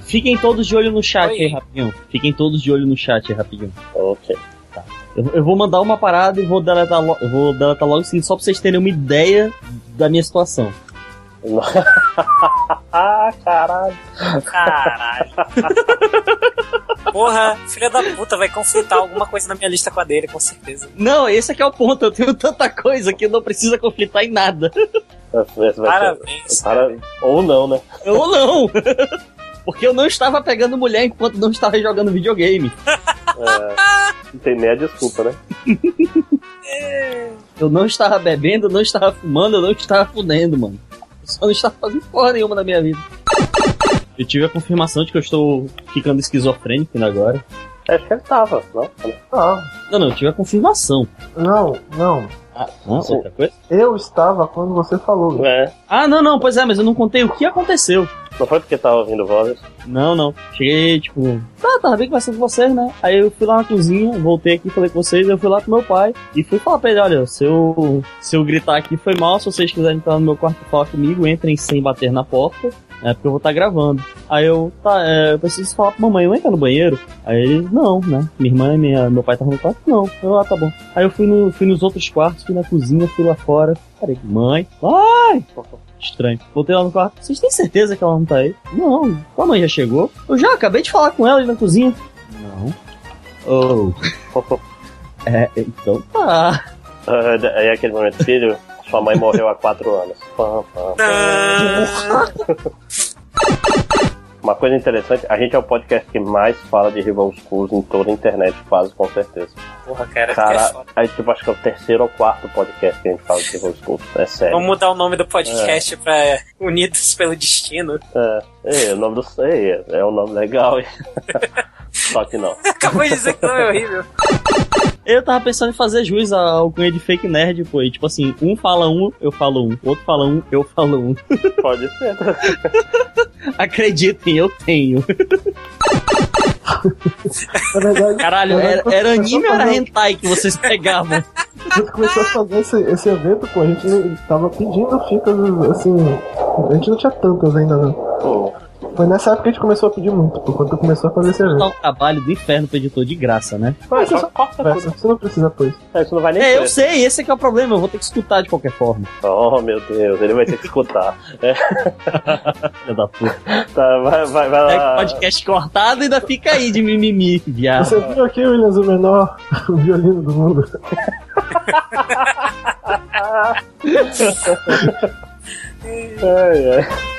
[SPEAKER 1] Fiquem todos de olho no chat
[SPEAKER 3] Oi.
[SPEAKER 1] aí, rapidinho. Fiquem todos de olho no chat aí, rapidinho. Tá.
[SPEAKER 2] Ok.
[SPEAKER 1] Eu, eu vou mandar uma parada e vou deletar, lo- eu vou deletar logo em seguida, só pra vocês terem uma ideia da minha situação.
[SPEAKER 10] Ah,
[SPEAKER 2] Ah, caralho.
[SPEAKER 3] Caralho. Porra, filha da puta, vai conflitar alguma coisa na minha lista com a dele, com certeza.
[SPEAKER 1] Não, esse aqui é o ponto. Eu tenho tanta coisa que não precisa conflitar em nada.
[SPEAKER 2] Essa- essa vai ser-
[SPEAKER 3] Parabéns.
[SPEAKER 2] Para- Ou não, né?
[SPEAKER 1] Eu não. Porque eu não estava pegando mulher enquanto não estava jogando videogame.
[SPEAKER 2] Não tem nem a desculpa, né?
[SPEAKER 1] Eu não estava bebendo, eu não estava fumando, eu não estava fudendo, mano. Eu só não estava fazendo porra nenhuma na minha vida. Eu tive a confirmação de que eu estou ficando esquizofrênico ainda agora.
[SPEAKER 2] Acho que ele tava, não?
[SPEAKER 4] Ah,
[SPEAKER 1] Não, não, eu tive a confirmação. né?
[SPEAKER 4] não, não.
[SPEAKER 1] Ah, outra coisa?
[SPEAKER 4] Eu estava quando você falou.
[SPEAKER 2] É.
[SPEAKER 1] Ah, não, não, pois é, mas eu não contei o que aconteceu.
[SPEAKER 2] Não foi porque tava ouvindo vozes.
[SPEAKER 1] Não, não. Cheguei, tipo, tá, tava bem conversando com vocês, né? Aí eu fui lá na cozinha, voltei aqui, falei com vocês, eu fui lá com meu pai e fui falar pra ele, olha, se eu, se eu gritar aqui foi mal, se vocês quiserem entrar no meu quarto e falar comigo, entrem sem bater na porta, é porque eu vou estar gravando. Aí eu, tá, é, eu preciso falar pra mamãe, eu entro no banheiro? Aí ele, não, né? Minha irmã e minha, meu pai estavam no quarto, não. Eu, ah, tá bom. Aí eu fui, no, fui nos outros quartos, fui na cozinha, fui lá fora, falei, mãe, vai! Estranho. Voltei lá no quarto. Vocês têm certeza que ela não tá aí? Não. Tua mãe já chegou? Eu já acabei de falar com ela ali na cozinha. Não. Oh. é, então tá.
[SPEAKER 2] Ah, Aí é aquele momento, filho, sua mãe morreu há quatro anos. Pam, pam, pam. Uma coisa interessante, a gente é o podcast que mais fala de Rival Schools em toda a internet, quase com certeza.
[SPEAKER 3] Porra, cara, que é
[SPEAKER 2] Cara,
[SPEAKER 3] foda.
[SPEAKER 2] aí tipo, acho que é o terceiro ou quarto podcast que a gente fala de Rival Schools. É sério.
[SPEAKER 3] Vamos mudar o nome do podcast pra Unidos pelo Destino.
[SPEAKER 2] É, é o nome do. É, é um nome legal. hein? Só que não.
[SPEAKER 3] Acabou de dizer que não é horrível.
[SPEAKER 1] Eu tava pensando em fazer jus ao cunha de fake nerd, pô. E tipo assim, um fala um, eu falo um. Outro fala um, eu falo um.
[SPEAKER 2] Pode ser.
[SPEAKER 1] Acreditem, eu tenho.
[SPEAKER 4] Na verdade,
[SPEAKER 1] Caralho, era, era anime ou era hentai que vocês pegavam?
[SPEAKER 4] a gente começou a fazer esse, esse evento, pô, a gente tava pedindo fitas, assim. A gente não tinha tantas ainda, não.
[SPEAKER 2] Pô,
[SPEAKER 4] Foi nessa época que a gente começou a pedir muito, pô, quando começou a fazer esse
[SPEAKER 1] Tá
[SPEAKER 4] evento.
[SPEAKER 1] um trabalho do inferno pro editor de graça, né?
[SPEAKER 2] Mas só corta tudo.
[SPEAKER 4] Conversa, Você não precisa pois.
[SPEAKER 2] É, Isso não vai nem
[SPEAKER 1] É, eu
[SPEAKER 2] ser.
[SPEAKER 1] sei, esse é que é o problema. Eu vou ter que escutar de qualquer forma.
[SPEAKER 2] Oh, meu Deus, ele vai ter que escutar.
[SPEAKER 1] Filha da puta.
[SPEAKER 2] Tá, vai, vai, vai
[SPEAKER 1] Pega o
[SPEAKER 2] lá.
[SPEAKER 1] É, podcast cortado e ainda fica aí de mimimi, viado.
[SPEAKER 4] Você viu aqui, Williams, o menor violino do mundo?
[SPEAKER 2] Ai, ai.